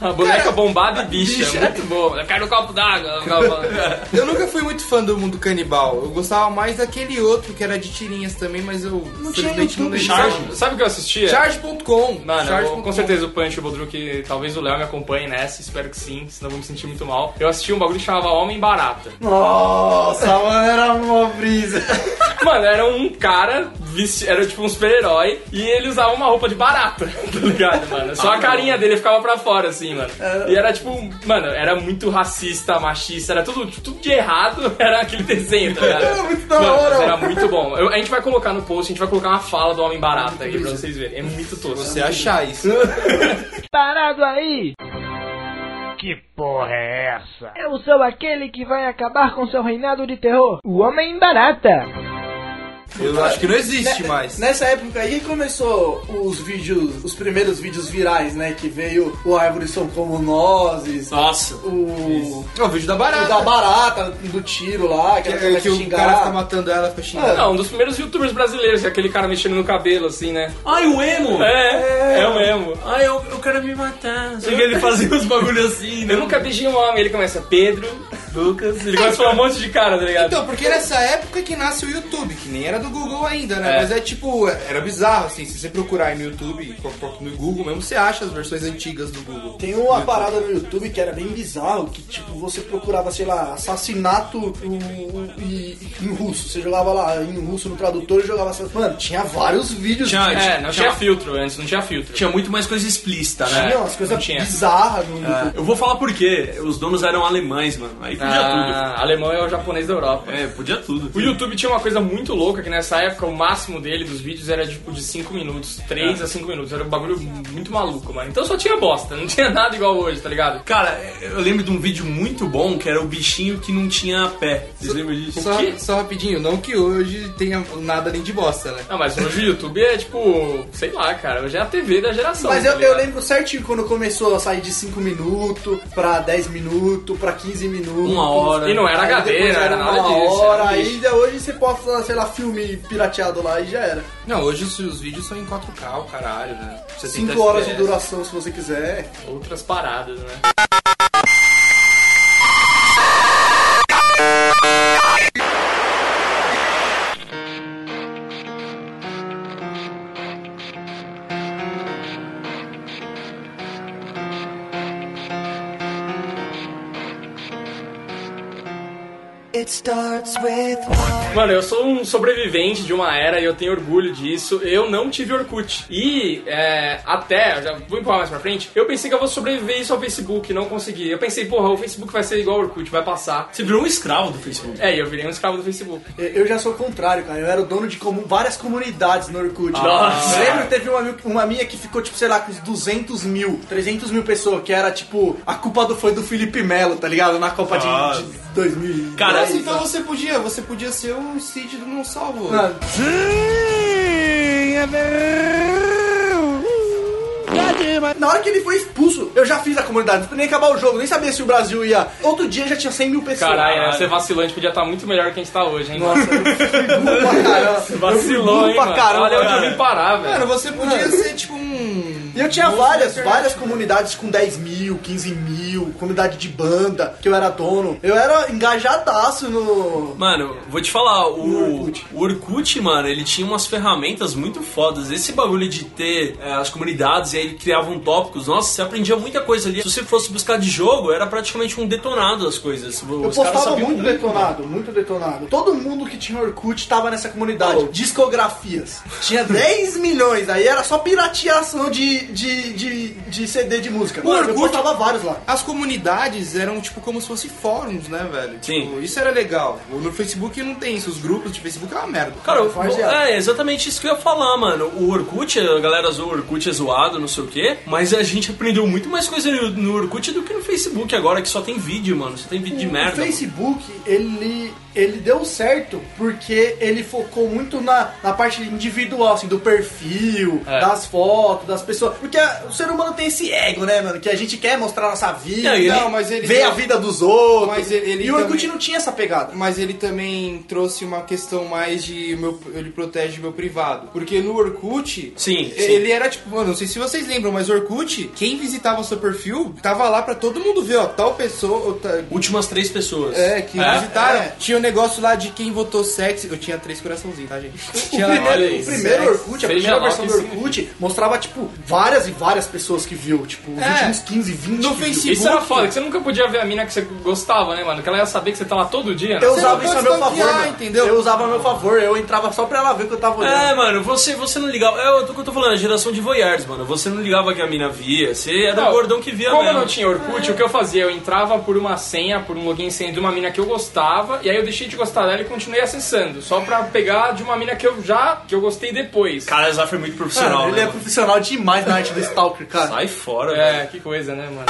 A boneca bombada e bicha. Muito boa. Eu quero um copo d'água. um copo- Eu nunca fui muito fã do mundo canibal. Eu gostava mais daquele outro que era de tirinhas também, mas eu Não tinha simplesmente não lembro. YouTube, Charge. Sabe- Sabe o que eu assistia? Charge.com. Mano, eu- Charge.com. com certeza o Punch e o Bodruk, talvez o Léo me acompanhe nessa, espero que sim, senão eu vou me sentir muito mal. Eu assisti um bagulho que chamava Homem Barata. Nossa, mano, era uma brisa. Mano, era um cara, vici- era tipo um super-herói, e ele usava uma roupa de barata, tá ligado, mano? Só a carinha dele ficava pra fora, assim, mano. É. E era tipo, mano, era muito racista, machista, era tudo, tudo de errado, era aquele desenho, tá ligado? Era muito da Mano, hora, mas Era mano. muito bom. Eu- a gente vai colocar no post, a gente vai colocar uma fala do Homem Barata aí pra vocês verem. É muito tosco. Você achar isso. Parado aí! Que porra é essa? Eu sou aquele que vai acabar com seu reinado de terror, o Homem Barata. Eu acho que não existe Ne- mais. Nessa época aí começou os vídeos, os primeiros vídeos virais, né? Que veio o Árvores São Como Nozes. Nossa. O. É o vídeo da barata. O da barata, do tiro lá, que, Que, é ela começa que a o xingar. Ah. cara fica matando ela, fica xingando. Não, um dos primeiros youtubers brasileiros, que é aquele cara mexendo no cabelo, assim, né? Ai, o emo! É, é o mesmo. Ai, eu, eu quero me matar. Só que ele fazia uns bagulhos assim, né? Eu nunca beijei um homem, ele começa Pedro, Lucas, ele começa a falar um monte de cara, tá ligado? Então, porque nessa época que nasce o YouTube, que nem era do Google ainda, né? É. Mas é tipo, era bizarro, assim, se você procurar aí no YouTube, co- co- no Google mesmo, você acha as versões antigas do Google. Tem uma parada no YouTube que era bem bizarro, que tipo, você procurava, sei lá, assassinato em- em- em russo. Você jogava lá em russo no tradutor e jogava assassinato. Mano, tinha vários vídeos. Tinha- É, não tinha filtro, antes não tinha filtro. Tinha muito mais coisa explícita, né? Tinha umas coisas não tinha. bizarras no YouTube. Eu vou falar por quê. Os donos eram alemães, mano. Aí podia Ah, alemão é o japonês da Europa. tudo. É, podia tudo. O YouTube tinha uma coisa muito louca, que nessa época o máximo dele, dos vídeos, era tipo de 5 minutos, Ah. 3 a 5 minutos. Era um bagulho muito maluco, mano. Então só tinha bosta, não tinha nada igual hoje, tá ligado? Cara, eu lembro de um vídeo muito bom que era o bichinho que não tinha pé. Vocês lembram disso? Só, quê? só rapidinho, não que hoje tenha nada nem de bosta, né? Não, Ah, mas hoje o YouTube é tipo, sei lá, cara, hoje é a TV da geração. Mas tá eu, eu ligado? lembro certinho quando começou a sair de 5 minutos pra 10 minutos, pra 15 minutos. Uma hora. E não era Aí HD, depois não era uma nada disso. hora, era um aí lixo. ainda hoje você posta, sei lá, filme pirateado lá e já era. Não, hoje os, os vídeos são em 4K, o caralho, né? 60 5 horas de FPS. duração se você quiser. Outras paradas, né? It starts with one. Mano, eu sou um sobrevivente de uma era e eu tenho orgulho disso. Eu não tive Orkut. E é, até, eu já vou empurrar mais pra frente, eu pensei que eu vou sobreviver isso ao Facebook, não consegui. Eu pensei, porra, o Facebook vai ser igual ao Orkut, vai passar. Você virou um escravo do Facebook. É, e eu virei um escravo do Facebook. Eu- Eu já sou o contrário, cara. Eu era o dono de como- várias comunidades no Orkut. Ah. Nossa. Eu lembro que teve uma, mi- uma minha que ficou, tipo, sei lá, com uns 200 mil, 300 mil pessoas, que era, tipo, a culpa do, foi do Felipe Melo, tá ligado? Na Copa de, Ah. de 2000. Cara, Mas né? então você podia, você podia ser um Cid do Não Salvo. Mano, Na hora que ele foi expulso, eu já fiz a comunidade. Não nem acabar o jogo, nem sabia se o Brasil ia. Outro dia já tinha 100 mil pessoas. Caralho, né? Ser vacilante podia estar muito melhor que a gente tá hoje, hein? Nossa, eu fui burro pra caramba. Eu fui vacilou, burro hein? pra mano? caramba, Olha onde cara. eu vim parar, velho. Mano, você podia ser tipo um. E eu tinha várias, várias comunidades com 10 mil, 15 mil, comunidade de banda, que eu era dono. Eu era engajadaço no. Mano, vou te falar, o Orkut. Orkut. o Orkut, mano, ele tinha umas ferramentas muito fodas. Esse bagulho de ter é, as comunidades e aí criavam tópicos, nossa, você aprendia muita coisa ali. Se você fosse buscar de jogo, era praticamente um detonado as coisas. Os Eu caras postava sabiam muito detonado, muito detonado. Todo mundo que tinha Orkut tava nessa comunidade. Discografias. Tinha 10 milhões, aí era só pirateação de, de, de, de CD de música. O eu Orkut- postava vários lá. As comunidades eram tipo como se fossem fóruns, né, velho? Sim. Tipo, isso era legal. No Facebook não tem isso, os grupos de Facebook é uma merda. Cara, o- Farseado. é exatamente isso que eu ia falar, mano. O Orkut, a galera zoou o Orkut, é zoado, não sei o quê. Mas a gente aprendeu muito mais coisa no, no Orkut do que no Facebook agora, que só tem vídeo, mano. Só tem vídeo de O- merda. O Facebook, ele, ele deu certo porque ele focou muito na, na parte individual, assim, do perfil, É. das fotos, das pessoas. Porque a- o ser humano tem esse ego, né, mano? Que a gente quer mostrar nossa vida, Não, ele- Não, mas ele- ver a vida dos outros. Mas ele- ele e o Orkut também- não tinha essa pegada. Mas ele também trouxe uma questão mais de meu, ele protege meu privado. Porque no Orkut, Sim, sim. ele era tipo, mano, não sei se vocês lembram, mas o Orkut, quem visitava o seu perfil, tava lá pra todo mundo ver, ó, tal pessoa, ou ta- Últimas três pessoas. é, que É? visitaram. É. Tinha o negócio lá de quem votou sexy. Eu tinha três coraçãozinhos, tá, gente? Tinha lá- primeiro- O primeiro Orkut, a Seja primeira lá versão o do que Orkut, mostrava, tipo, várias e várias pessoas que viu. Tipo, os É. últimos 15, 20 No que viu. Facebook. Isso era foda, que você nunca podia ver a mina que você gostava, né, mano? Que ela ia saber que você tá lá todo dia, né? Eu Você usava não isso a pode meu favor, stalkear, mano. entendeu? Eu usava a meu favor, eu entrava só pra ela ver o que eu tava olhando. É, mano, você, você não ligava. É o que eu tô falando, a geração de voyeurs, mano. Você não ligava que a mina via, você era Não, o É gordão que via Como eu mesmo. não tinha É. Orkut, o que eu fazia? Eu entrava por uma senha, por um login senha de uma mina que eu gostava, e aí eu deixei de gostar dela e continuei acessando, só pra pegar de uma mina que eu já que eu gostei depois. Cara, o Zafra é muito profissional, Cara, ele né? é mano? profissional demais na arte do Stalker, cara. Sai fora, velho. É, que coisa, né, mano?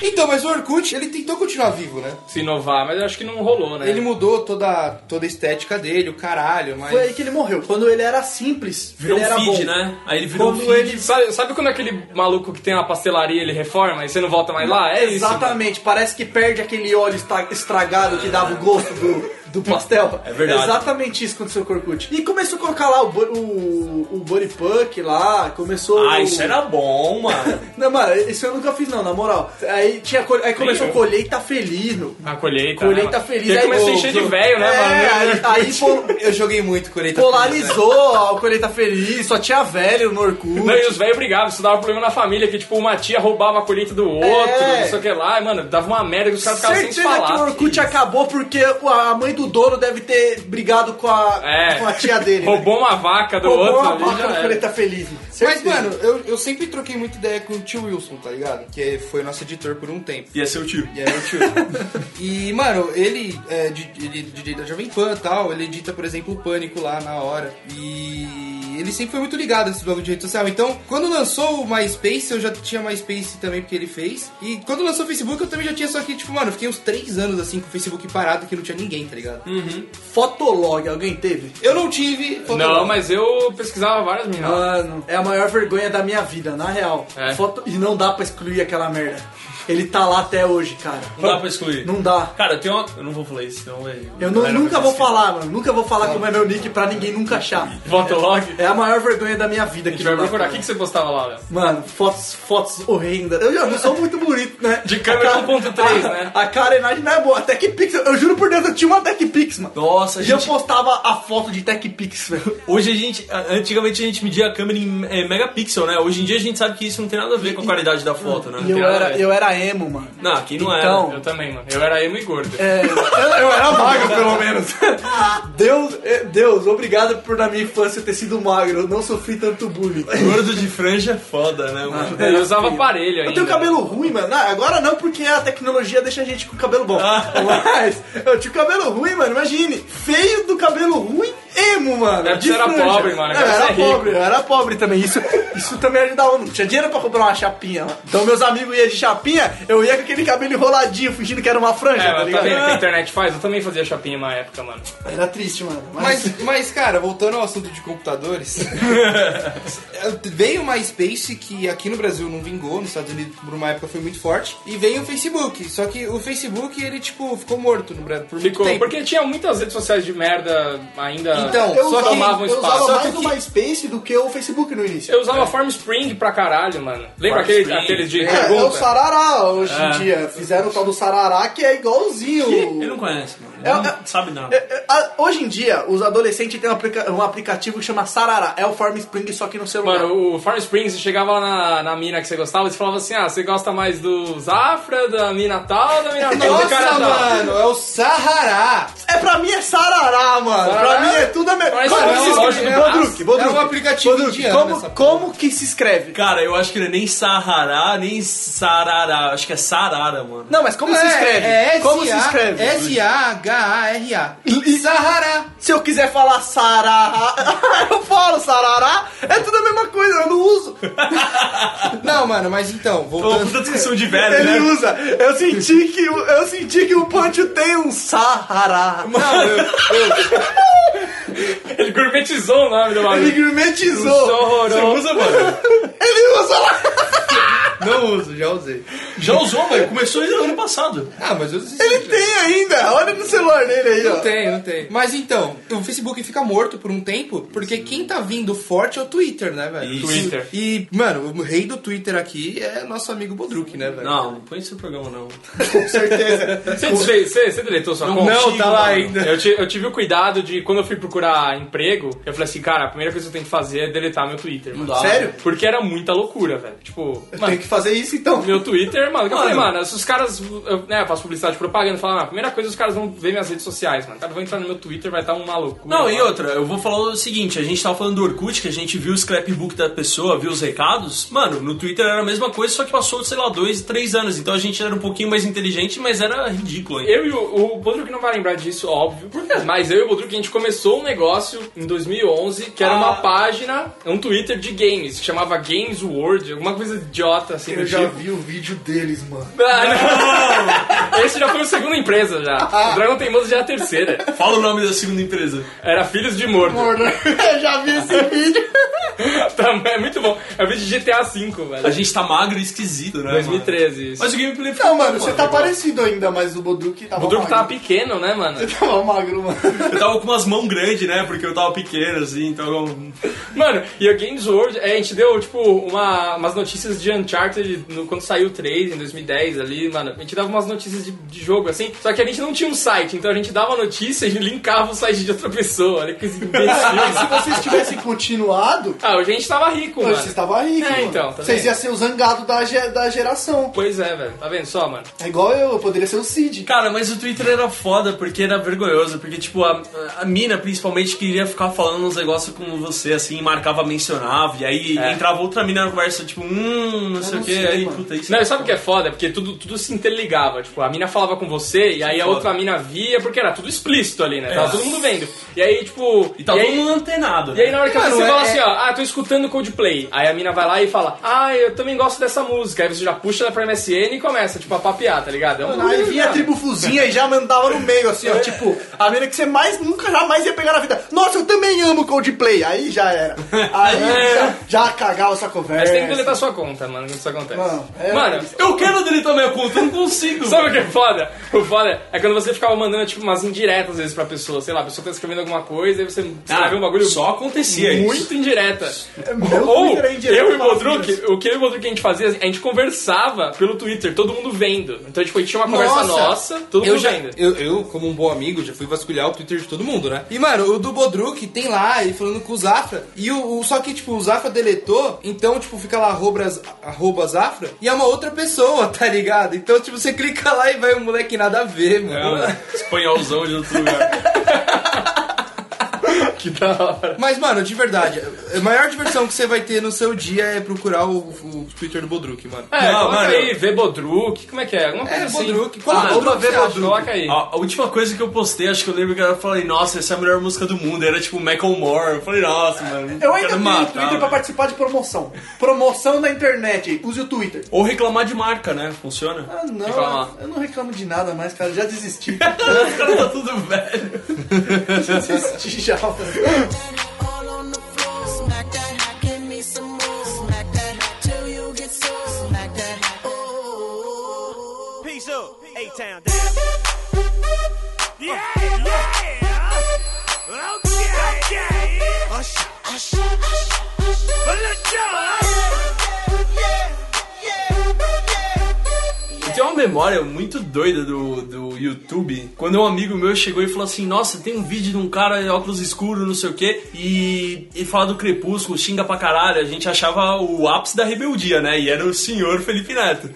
Então, mas o Orkut, ele tentou continuar vivo, né? Se inovar, mas eu acho que não rolou, né? É. Ele mudou toda, toda a estética dele, o caralho, mas... Foi aí que ele morreu. Quando ele era simples, Virou ele era um feed, bom. né? Aí ele virou um Quando feed. ele- Sabe, sabe quando aquele maluco que tem uma pastelaria ele reforma e você não volta mais lá? É isso. Exatamente, parece que perde aquele óleo estra- estragado que dava o gosto do, do pastel. É verdade. Exatamente isso que aconteceu com o Orkut. E começou a colocar lá o, bo- o, o Bunny Punk lá, começou. Ah, o- isso era bom, mano. Não, mano, isso eu nunca fiz, não, na moral. Aí, tinha, col- aí começou eu. colheita felino. A colheita. né, Colheita mano? feliz. E aí começou a encher de velho, né, É, mano? Aí, aí pô, Eu joguei muito com ele. polarizou a colheita feliz, só tinha velho no Orkut. Não, e os velhos brigavam, isso dava problema na família, que tipo, uma tia roubava a colheita do outro, É. não sei o que lá, e, mano, dava uma merda que os caras ficavam sem se Certeza que o falar. Orkut é acabou porque a mãe do dono deve ter brigado com a, É. com a tia dele. né? Roubou uma vaca do Roubou outro. a ali, já vaca do era. Coleta Feliz. Mas, Certeza. mano, eu, eu sempre troquei muita ideia com o tio Wilson, tá ligado? Que foi nosso editor por um tempo. Ia ser o tipo tio. E é meu tio. e, mano, ele é de- ele é DJ da Jovem Pan e tal, ele edita, por exemplo, o Pânico lá na hora. E ele sempre foi muito ligado a esse bagulho de rede social. Então, quando lançou o MySpace, eu já tinha MySpace também, porque ele fez. E quando lançou o Facebook, eu também já tinha, só que, tipo, mano, eu fiquei uns três anos, assim, com o Facebook parado, que não tinha ninguém, tá ligado? Fotolog, alguém teve? Eu não tive... Não, mas eu pesquisava várias meninas. Mano, é a maior vergonha da minha vida, na real. É. Foto- E não dá pra excluir aquela merda. Ele tá lá até hoje, cara. Não dá pra excluir. Não dá. Cara, tem uma... Eu não vou falar isso, então... é- Eu nu- galera vai nunca vou pesquisar. falar, mano. Nunca vou falar como é meu nick pra ninguém nunca achar. Fotolog? É a maior vergonha da minha vida. A gente que vai não dá, procurar. O cara. que, que você postava lá, Léo? Mano, fotos, fotos horrendas. Eu já não sou muito bonito, né? De câmera A cara- 1.3, a- né? A cara e imagem não é boa. A TechPix, eu juro por Deus, eu tinha uma TechPix, mano. Nossa, E gente... eu postava a foto de TechPix, velho. Hoje a gente... Antigamente a gente media a câmera em eh, megapixel, né? Hoje em dia a gente sabe que isso não tem nada a ver com a qualidade da foto, né? Não E eu tem nada a era, ver. eu era emo, mano. Não, quem não Então- Eu também, mano. Eu era emo e gordo. É, eu, eu era magro, pelo menos. Deus, é, Deus, obrigado por na minha infância eu ter sido magro. Eu não sofri tanto bullying. era. Gordo de franja é foda, né, mano? Eu usava aparelho ainda. é, Eu tenho cabelo ruim, mano. Ah, agora não, porque a tecnologia deixa a gente com cabelo bom. Ah. Mas eu tinha cabelo ruim, mano. Imagine. Feio do cabelo ruim, emo, mano. É, De você era franja. pobre, mano. Não, Agora eu você era é rico. pobre, eu era pobre também. Isso, isso também ajudava. Não tinha dinheiro pra comprar uma chapinha, mano. Então meus amigos iam de chapinha, eu ia com aquele cabelo enroladinho, fingindo que era uma franja, É, tá mas tá vendo o que a ligado? internet faz? Eu também fazia chapinha uma época, mano. Era triste, mano. Mas, Mas, mas, cara, voltando ao assunto de computadores, veio o MySpace, que aqui no Brasil não vingou, nos Estados Unidos por uma época foi muito forte, e veio o Facebook. Só que o Facebook, ele, tipo, ficou morto no Brasil por Ficou. muito tempo. Porque tinha muitas redes sociais de merda ainda Então, que eu usava- tomavam eu espaço. usava Só mais que- o MySpace do que o Facebook no início. Eu usava Farm Spring pra caralho, mano. Lembra Farm aquele, Spring. aqueles de É, é o pergunta? É. Sarará hoje em dia. Fizeram o tal do Sarará que é igualzinho. Ele não conhece, mano. Ele É, não é- sabe nada. É, é, a- hoje em dia, os adolescentes têm um, aplica- um aplicativo que chama Sarará. É o Farm Spring, só que no celular. Mano, o Farm Spring, você chegava lá na, na mina que você gostava e você falava assim, ah, você gosta mais do Zafra, da mina tal, da mina é tal, do Nossa, cara tal. mano, é o Sahara! é, pra mim é Sarará, mano. Sarará pra mim é tudo a mesma Parece Como um que se relógio escreve? do braço. Bodruk, Bodruk. É um aplicativo Bodruk, indiano essa como, porra. como que se escreve? Cara, eu acho que não é nem Sahará, nem Sarará. Acho que é Sarara, mano. Não, mas como É, se escreve? É como se S-A- escreve? S-A-H-A-R-A. Sahara! Se eu quiser falar Sarará, eu falo Sarará. É tudo a mesma coisa, eu não uso. Não, mano, mas então, Pô, voltando... É puta discussão de velho, Ele né? usa. Eu senti que o- eu senti que o Pancho tem um Sahara. Não, eu, eu, Ele gourmetizou o nome do Ele bagulho. gourmetizou. Você usa, mano? Ele usa lá. não uso, já usei. Já usou, mano. Começou no ano passado. Ah, mas eu usei. Ele tem ainda. Olha no celular dele aí, ó. Tem, não tem. Mas então, o Facebook fica morto por um tempo, porque quem tá vindo forte é o Twitter, né, velho? Isso. Twitter. E, mano, o rei do Twitter aqui é nosso amigo Bodruk, né, velho? Não, não põe isso no programa, não. Você desfez, você, você deletou sua conta? não, tá lá Mano, ainda. Eu, ti- eu tive o cuidado de, quando eu fui procurar emprego, eu falei assim, cara, a primeira coisa que eu tenho que fazer é deletar meu Twitter. mano. dá. Sério? Porque era muita loucura, velho. Tipo, Eu mano, tenho que fazer isso então. meu Twitter, mano, que eu falei, Mano. mano, se os caras, eu, né, eu faço publicidade e propaganda, falam, ah, a primeira coisa os caras vão ver minhas redes sociais, mano. Os caras vão entrar no meu Twitter, vai estar um uma loucura. Não, mano. e outra, eu vou falar o seguinte, a gente tava falando do Orkut, que a gente viu o scrapbook da pessoa, viu os recados. Mano, no Twitter era a mesma coisa, só que passou, sei lá, dois, três anos. Então a gente era um pouquinho mais inteligente, mas era ridículo ainda. Eu e o, o Bodruk não vai lembrar disso, óbvio. Mas eu e o Bodruk, a gente começou um negócio em 2011, que era uma Ah. página, um Twitter de games, que chamava Games World, alguma coisa idiota assim do tipo. vi o vídeo dele. deles, mano. Ah, não. Esse já foi a segunda empresa já. Ah. O Dragão Teimoso já é a terceira. Fala o nome da segunda empresa. Era Filhos de Mordo. Mordo. Eu já vi esse vídeo. Tá, é muito bom. É o vídeo de GTA V, velho. A gente tá magro e esquisito, né? 2013. isso. Mas o gameplay ficou Não, bom, mano, você tá parecido ainda, mas o Boduk tava O Druk tava magro. pequeno, né, mano? Você tava magro, mano. Eu tava com umas mãos grandes, né? Porque eu tava pequeno, assim, então. eu- Mano, e a Games World, é, a gente deu, tipo, uma, umas notícias de Uncharted no- quando saiu o 3, em 2010 ali, mano. A gente dava umas notícias de, de jogo, assim. Só que a gente não tinha um site, então a gente dava a notícia e linkava o site de outra pessoa. Olha que Mas imbecil. se vocês tivessem continuado, ah, hoje a gente tava rico, mano. vocês estavam aí, É, mano. então, tá vocês vendo? iam ser o zangado da, ge- da geração. Pois é, velho. Tá vendo só, mano? É igual eu, eu poderia ser o Cid. Cara, mas o Twitter era foda porque era vergonhoso. Porque, tipo, a, a mina principalmente queria ficar falando uns negócios com você, assim, marcava, mencionava. E aí entrava outra mina na conversa, tipo, hum, não sei o É. não que. sei, Aí, mano. puta, isso. Não, e sabe o que é foda? Porque tudo, tudo se interligava. Tipo, a mina falava com você e aí a foda. outra mina via, porque era tudo explícito ali, né? Tava todo mundo vendo. E aí, tipo. E tá todo aí, mundo antenado. E aí né? na hora que Mano, você é- fala é- assim, ó, ah, tô escutando Coldplay. Aí a mina vai lá e fala, ah, eu também gosto dessa música. Aí você já puxa pra MSN e começa, tipo, a papear, tá ligado? É um Aí vinha a cara. tribo fuzinha e já mandava no meio, assim, ó. Tipo, a menina que você mais nunca jamais ia pegar na vida. Nossa, eu também amo Coldplay. Aí já era. Aí já, já cagava essa conversa. É. Mas tem que deletar sua conta, mano, quando isso acontece. É. Mano, é- Mano, Eu quero deletar minha conta, eu não consigo. Sabe o que é foda? O foda é quando você ficava mandando, tipo, umas indiretas às vezes pra pessoa. Sei lá, a pessoa tá escrevendo alguma coisa, aí você escreveu um bagulho Ah, só acontecia isso. muito indireta. Meu Ou Twitter é indireto, eu e o fala Bodruk, disso. o que eu e o Bodruk a gente fazia, a gente conversava pelo Twitter, todo mundo vendo. Então, tipo, a gente tinha uma conversa nossa, todo eu mundo já, vendo. eu, eu, como um bom amigo, já fui vasculhar o Twitter de todo mundo, né? E, mano, o do Bodruk tem lá, ele falando com o Zafra. E o, o- só que, tipo, o Zafra deletou, então, tipo, fica lá arroba, arroba Zafra e é uma outra pessoa, tá ligado? Então, tipo, você clica lá e vai um moleque nada a ver, mano. É, espanholzão de outro lugar. Que da hora. Mas, mano, de verdade, a maior diversão que você vai ter no seu dia é procurar o, o Twitter do Bodruk, mano. Ah, É, Não, coloca mano, aí, vê Bodruk, como é que é? Alguma coisa É, assim. Bodruk, Coloca coloca arroba Bodruk, vê você acha, Bodruk, coloca aí. A, a última coisa que eu postei, acho que eu lembro que eu falei, nossa, essa é a melhor música do mundo. Era tipo Macklemore. Eu falei, nossa, mano. Eu ainda quero tenho o matar, Twitter pra velho. participar de promoção. Promoção na internet. Use o Twitter. Ou reclamar de marca, né? Funciona? Ah, não, Reclamar. eu não reclamo de nada mais, cara. Já desisti. Os caras tá tudo velho. Já desisti já, mano. All on the floor, smack that, give me some more, smack that till you get sore, smack that. Oh, Ooh. Peace up, A Town. Oh, Yeah, yeah. Okay, okay. Hush, hush, hush. But let's go. oh. Eu tenho uma memória muito doida do, do YouTube. Quando um amigo meu chegou e falou assim: Nossa, tem um vídeo de um cara de óculos escuros, não sei o quê, e, e fala do crepúsculo, xinga pra caralho. A gente achava o ápice da rebeldia, né? E era o senhor Felipe Neto.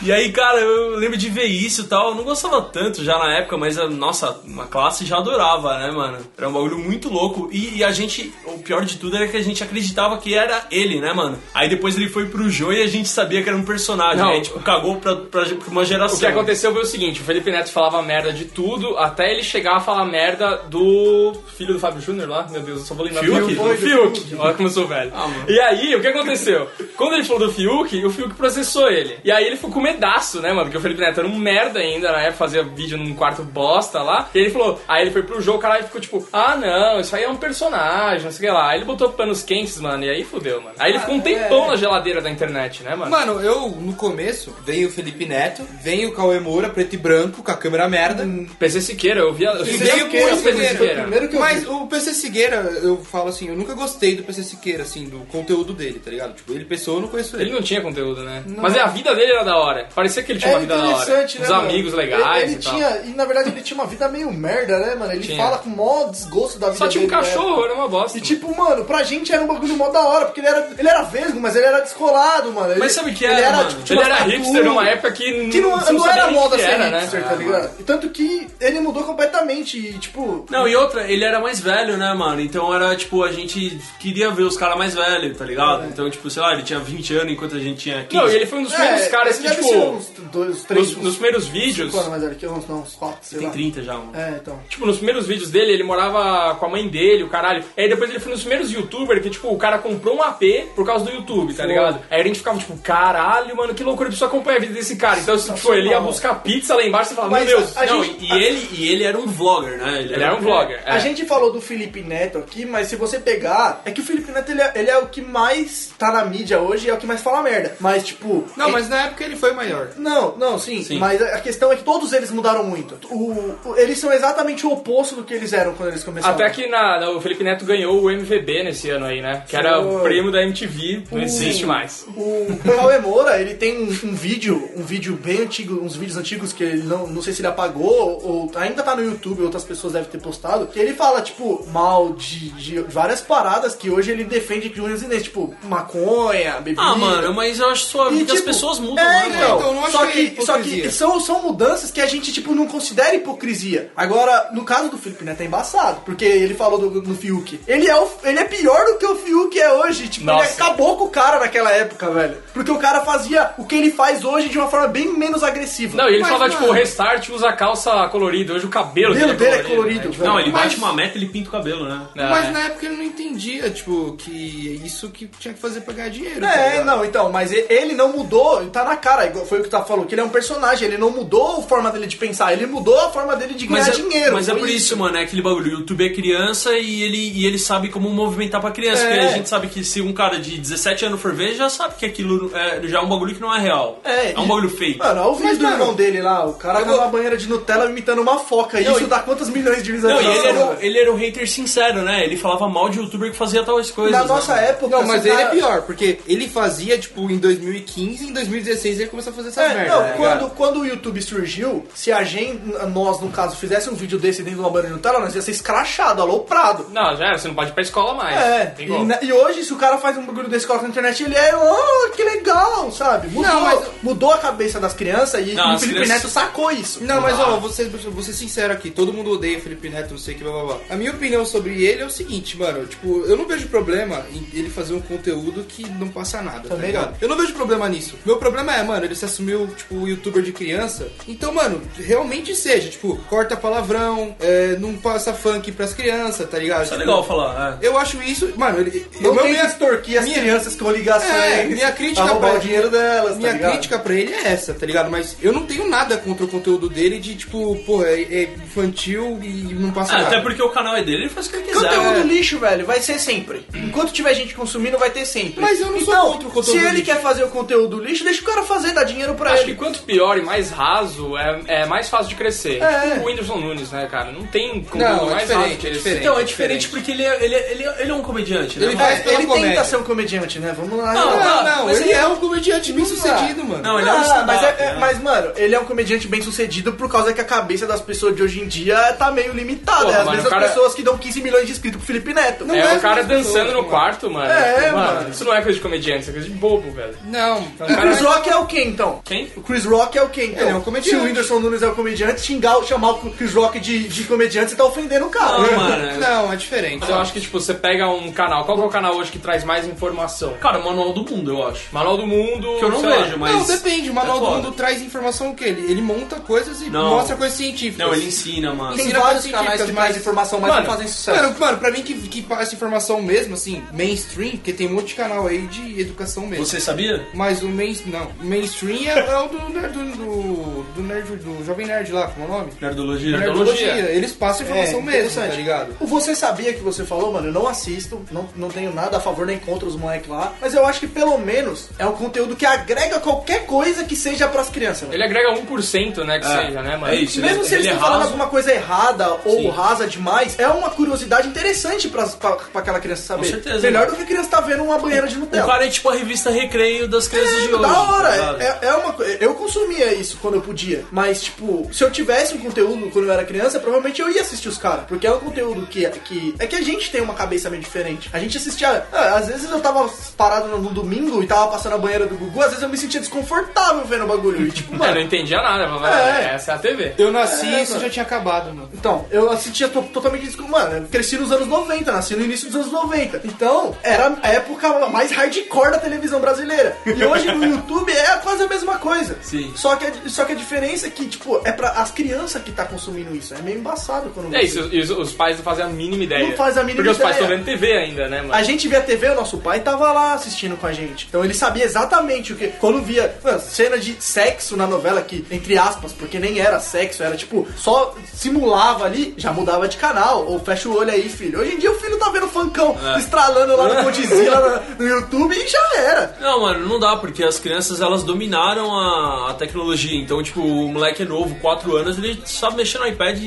E aí, cara, eu lembro de ver isso e tal. Eu não gostava tanto já na época, mas, a- nossa, uma classe já adorava, né, mano? Era um bagulho muito louco. E, e a gente, o pior de tudo era que a gente acreditava que era ele, né, mano? Aí depois ele foi pro Jô e a gente sabia que era um personagem. Não. Aí, tipo, cagou pra, pra, pra uma geração. O que aconteceu foi o seguinte, o Felipe Neto falava merda de tudo, até ele chegar a falar merda do filho do Fábio Júnior lá, meu Deus, eu só vou lembrar Fiuk? do Fiuk. Fiuk. Olha como eu sou velho. e aí, o que aconteceu? Quando ele falou do Fiuk, o Fiuk processou ele. E aí ele ficou com medaço, né, mano? Porque o Felipe Neto era um merda ainda, na época fazia vídeo num quarto bosta lá. E ele falou, aí ele foi pro jogo, o cara ficou tipo, ah não, isso aí é um personagem, não sei o que lá. Aí ele botou panos quentes, mano, e aí fudeu, mano. Aí ele ficou um tempão na geladeira da internet, né, mano? Mano, eu, no começo, veio o Felipe Neto, veio o Cauê Moura, preto e branco, com a câmera merda. Hum, PC Siqueira, eu via. Eu E via veio o muito Siqueira, PC Siqueira. Primeiro que eu Mas vi. o PC Sigueira, eu falo assim, eu nunca gostei do PC Siqueira, assim, do conteúdo dele, tá ligado? Tipo, ele pessoa, eu não conheço Ele ele. não tinha conteúdo, né? Mas a vida dele era da hora. Parecia que ele tinha É uma vida da hora. interessante, Os né? mano? amigos legais Ele, ele e tal. tinha, e na verdade ele tinha uma vida meio merda, né, mano? Ele Tinha. fala com o maior desgosto da vida Só tinha um dele, né? cachorro, era uma bosta. E tipo, mano, pra gente era um bagulho mó da hora, porque ele era, ele era vesgo, mas ele era descolado, mano. Ele, Mas sabe o que ele era, mano? tipo, tinha ele umas era tatu, hipster numa época que, Que não, você não sabia era nem moda que ser era, né? hipster, tá ligado? E tanto que ele mudou completamente e, tipo... Não, e outra, ele era mais velho, né, mano? Então era tipo, a gente queria ver os caras mais velhos, tá ligado? Então, tipo, sei lá, ele tinha 20 anos enquanto a gente tinha 15. Não, e ele foi um dos É, primeiros caras ele um que, era tipo, tipo. uns dois, três. nos- nos primeiros vídeos- Quando mais velho que eu, uns, não, uns quatro, sei Tem lá. 30 já, mano. É, então. Tipo, nos primeiros vídeos dele, ele morava com a mãe dele, o caralho. E aí depois ele foi nos primeiros youtubers que, tipo, o cara comprou um AP por causa do YouTube, tá Foi. ligado? Aí a gente ficava, tipo, caralho, mano, que loucura, eu preciso acompanhar a vida desse cara. Então, tipo, ele ia buscar pizza lá embaixo e falava, meu Mas Deus. a- a não, gente- e- E ele, e ele era um vlogger, né? Ele era um vlogger. A gente falou do Felipe Neto aqui, mas se você pegar, é que o Felipe Neto ele é, ele é o que mais tá na mídia hoje, é o que mais fala merda. Mas, tipo. Não, é- mas na época ele foi maior. Não, não, sim, Sim. Mas a a questão é que todos eles mudaram muito. O, o- eles são exatamente o oposto do que eles eram quando eles começaram. Até que na, na- o Felipe Neto ganhou o MVB nesse ano aí, né? Que era o Foi. prêmio da MTV, não existe mais. O Cauê Moura, ele tem um, um vídeo, um vídeo bem antigo, uns vídeos antigos que ele não, não sei se ele apagou ou ainda tá no YouTube, outras pessoas devem ter postado, que ele fala, tipo, mal de, de várias paradas que hoje ele defende de unhas e dentes, tipo, maconha, bebida. Ah, mano, mas eu acho só E, que as tipo, pessoas mudam, né, é, então, mano? Então, eu não acho só que é que, só que hipocrisia. são, são mudanças que a gente, tipo, não considera hipocrisia. Agora, no caso do Felipe Neto é embaçado, porque ele falou do, do Fiuk. Ele é, o- ele é pior do que o Fiuk é hoje. Tipo, ele Nossa. acabou com o cara naquela época, velho. Porque o cara fazia o que ele faz hoje de uma forma bem menos agressiva. Não, e ele Mas, falava, mano, tipo, restart usa calça colorida, hoje o cabelo O cabelo dele é colorido, né? velho. Não, ele Mas- bate uma meta e ele pinta o cabelo, né? É. Mas na época ele não entendia, tipo, que é isso que tinha que fazer pra ganhar dinheiro. tá É, ligado? não, então, mas e- ele não mudou, tá na cara, igual- foi o que tu falou, que ele é um personagem, ele não mudou a forma dele de pensar, ele mudou a forma dele de ganhar Mas é, dinheiro. mas é foi por isso, mano, é aquele bagulho. O YouTube é criança e ele, e ele sabe como movimentar pra criança. É. Porque a gente sabe que se um cara de 17 anos for ver, já sabe que aquilo é, já é um bagulho que não é real. É, um e- bagulho fake. Mano, olha o vídeo Mas, do mano, irmão dele lá, o cara com vou- uma banheira de Nutella imitando uma foca. E Não, isso e- dá quantas milhões de Não, visualizações? e ele era, um- velho? ele era um hater sincero, né? Ele falava mal de youtuber que fazia tais coisas. Na né, nossa mano? época. tá- Não, mas esse ele é cara- pior, porque ele fazia, tipo, em 2015 e em 2016 ele começou a fazer essas É, merdas. não, tá ligado? quando, quando o YouTube surgiu, se a gente, nós no caso, fizesse um vídeo desse dentro de uma banheira de Nutella, nós ia ser escrachado, aloprado. Não, já era, você não pode ir pra escola mais. É, Tem como. e, na- e hoje, se o cara faz um bagulho desse coloca na internet, ele é, oh, que legal, sabe? Mudou, Não, mas- mudou a cabeça das crianças e Não, o as Felipe crianças- Neto sacou isso. Não, mas ó, vou ser, vou ser sincero aqui, todo mundo odeia Felipe Neto, não sei o que, blá blá blá. A minha opinião sobre ele é o seguinte, mano, tipo, eu não vejo problema em ele fazer um conteúdo que não passa nada, tá Também ligado? Eu não vejo problema nisso. Meu problema é, mano, ele se assumiu, tipo, youtuber de criança. Então, mano, realmente seja, tipo, corta palavrão, é, não passa funk pras crianças, tá ligado? Isso é Tipo, legal falar. É. Eu acho isso, mano, ele. Não eu tem minha- que extorquir as minha- crianças com ligações. É, minha crítica a roubar pra- o dinheiro delas, tá Minha ligado? crítica pra ele é essa, tá ligado? Mas eu não tenho nada contra o conteúdo dele de tipo, porra, é, é infantil e não passa Ah, nada. até porque o canal é dele, ele faz o que ele quiser. Conteúdo né? lixo, velho, vai ser sempre. Enquanto tiver gente consumindo, vai ter sempre. Mas eu não sou então, contra o conteúdo Se ele lixo. quer fazer o conteúdo lixo, deixa o cara fazer, dá dinheiro pra Acho que ele. quanto pior e mais raso, é, é mais fácil de crescer. É. Tipo o Whindersson Nunes, né, cara? Não tem como Não, é mais diferente, raso que é ele diferente. Então, é diferente porque ele é, ele, é- ele, é- ele é um comediante, né? Ele mano? faz É, pela ele comédia. tenta ser um comediante, né? Vamos lá. Não, Ah, não, não, mas ele é um comediante bem sucedido, mano. Não, ele é um Ah, mas, é- stand-up, é- né? mas, mano, ele é um comediante bem sucedido por causa que a cabeça das pessoas de hoje em dia tá meio limitada. Porra, é as mano, mesmas o cara- pessoas que dão 15 milhões de inscritos pro Felipe Neto. Não É é o cara as pessoas, dançando no mano. quarto, mano. É, Tipo, mano. Isso não é coisa de comediante, isso é coisa de bobo, velho. Não, O Chris Rock é o quê, então? Quem? O Chris Rock é o quê, então? Ele é um comediante. Se o Whindersson Nunes é o comediante, xingar, chamar o Chris Rock de, de comediante, você tá ofendendo o cara. Não, mano. Não, é diferente. Mas eu acho que, tipo, você pega um canal. Qual que é o canal hoje que traz mais informação? Cara, o manual do mundo, eu acho. Manual do Mundo. Que eu não sei lá. vejo, mas. Não, depende, o Manual é do foda. Mundo traz informação o quê? Ele, ele monta coisas e Não. mostra coisas científicas. Não, ele ensina, mano. Tem Ensina vários coisas canais que científicas, mais mas- informação, mas não Mano, fazem sucesso. Mano, mano, pra mim que, que passa informação mesmo, assim, mainstream, porque tem um monte de canal aí de educação mesmo. Você sabia? Mas o main, não, o mainstream é, é o do, nerd- do, do, do nerd, do jovem nerd lá, como é o nome? Nerdologia. Nerdologia. Eles passam informação mesmo, interessante. tá ligado? O Você Sabia que você falou, mano, eu não assisto, não, não tenho nada a favor nem contra os moleques lá, mas eu acho que pelo menos é um conteúdo que agrega qualquer coisa que seja pras crianças, velho. Ele agrega 1%, né, que É, seja, né, mano? é isso. Mesmo ele- se eles ele é estão falando raso. alguma coisa errada ou Sim. rasa demais, é uma curiosidade interessante pra, pra, pra aquela criança saber. certeza. Melhor do que a criança tá vendo uma banheira de O Nutella. cara é tipo a revista Recreio das crianças de hoje. da hora, tá ligado? é, é- é uma coisa. Eu consumia isso quando eu podia, mas tipo, se eu tivesse um conteúdo quando eu era criança, provavelmente eu ia assistir os caras, porque é um conteúdo que, que é que a gente tem uma cabeça meio diferente. A gente assistia, ah, às vezes eu tava parado no, no domingo e tava passando a banheira do Gugu, às vezes eu me sentia desconfortável vendo o bagulho, e tipo, Eu não mano. entendia nada, eu falava, É. essa é a TV. Eu nasci e É, isso mano. já tinha acabado, mano. Então, eu assistia to- totalmente isso. Mano, eu cresci nos anos 90, nasci no início dos anos 90. Então, era a época mais hardcore da televisão brasileira. E hoje no YouTube é quase menos a mesma coisa. Sim. Só que, a- só que a diferença é que, tipo, é pra as crianças que tá consumindo isso. É meio embaçado quando É isso, e os, os pais não fazem a mínima ideia. Não faz a mínima Porque os pais ideia. estão vendo TV ainda, É né, mano? A gente via TV, o nosso pai tava lá assistindo com a gente. Então ele sabia exatamente o que. Quando via mano, cena de sexo na novela, que, entre aspas, porque nem era sexo, era tipo, só simulava ali, já mudava de canal. Ou fecha o olho aí, filho. Hoje em dia o filho tá vendo Fancão estralando lá no Condizila lá no YouTube e já era. Não, mano, não dá, porque as crianças elas dominaram a, a tecnologia. Então, tipo, o moleque é novo, 4 anos, ele sabe mexer no iPad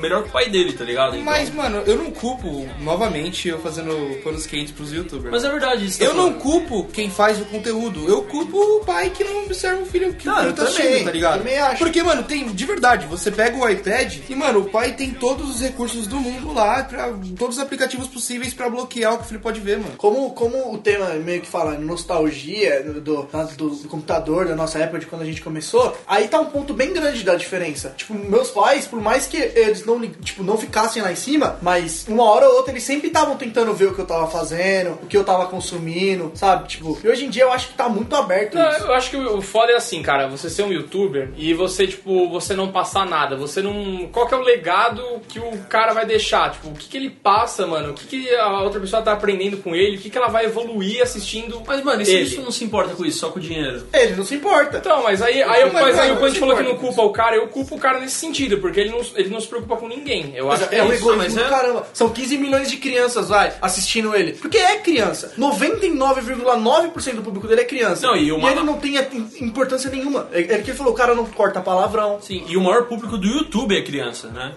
melhor que o pai dele, tá ligado? Então- Mas, mano, eu não culpo, novamente, eu fazendo panos quentes pros youtubers. Mas é verdade isso. tá Eu não falando. culpo quem faz o conteúdo, eu culpo o pai que não observa o filho que o filho eu tá também, assistindo, tá ligado? também acho. Porque, mano, tem, de verdade, você pega o iPad e, mano, o pai tem todos os recursos do mundo lá, pra, todos os aplicativos possíveis pra bloquear o que o filho pode ver, mano. Como, como o tema meio que fala nostalgia do, do, do computador, da nossa época de quando a gente começou, aí tá um ponto bem grande da diferença. Tipo, meus pais, por mais que eles não, li- tipo, não ficassem lá em cima, mas uma hora ou outra eles sempre estavam tentando ver o que eu tava fazendo, o que eu tava consumindo, sabe? Tipo, e hoje em dia eu acho que tá muito aberto Não, isso. eu acho que o foda é assim, cara, você ser um youtuber e você, tipo, você não passar nada, você não... Qual que é o legado que o cara vai deixar? Tipo, o que que ele passa, mano? O que que a outra pessoa tá aprendendo com ele? O que que ela vai evoluir assistindo Mas, mano, e se ele? isso não se importa com isso, só com o dinheiro. Ele não se importa. Então, mas aí, aí, eu, Mas, é mas aí mano, o Punch se falou que importa. não culpa o cara, eu culpo o cara nesse sentido, porque ele não, ele não se preocupa com ninguém. Eu acho que é um é isso. egoísmo mas do é- caramba. São 15 milhões de crianças, vai, assistindo ele. Porque é criança. 99,9% do público dele é criança. Não, e uma- ele não tem a- importância nenhuma. É, é que ele falou, o cara não corta palavrão. Sim, e o maior público do YouTube é criança, né?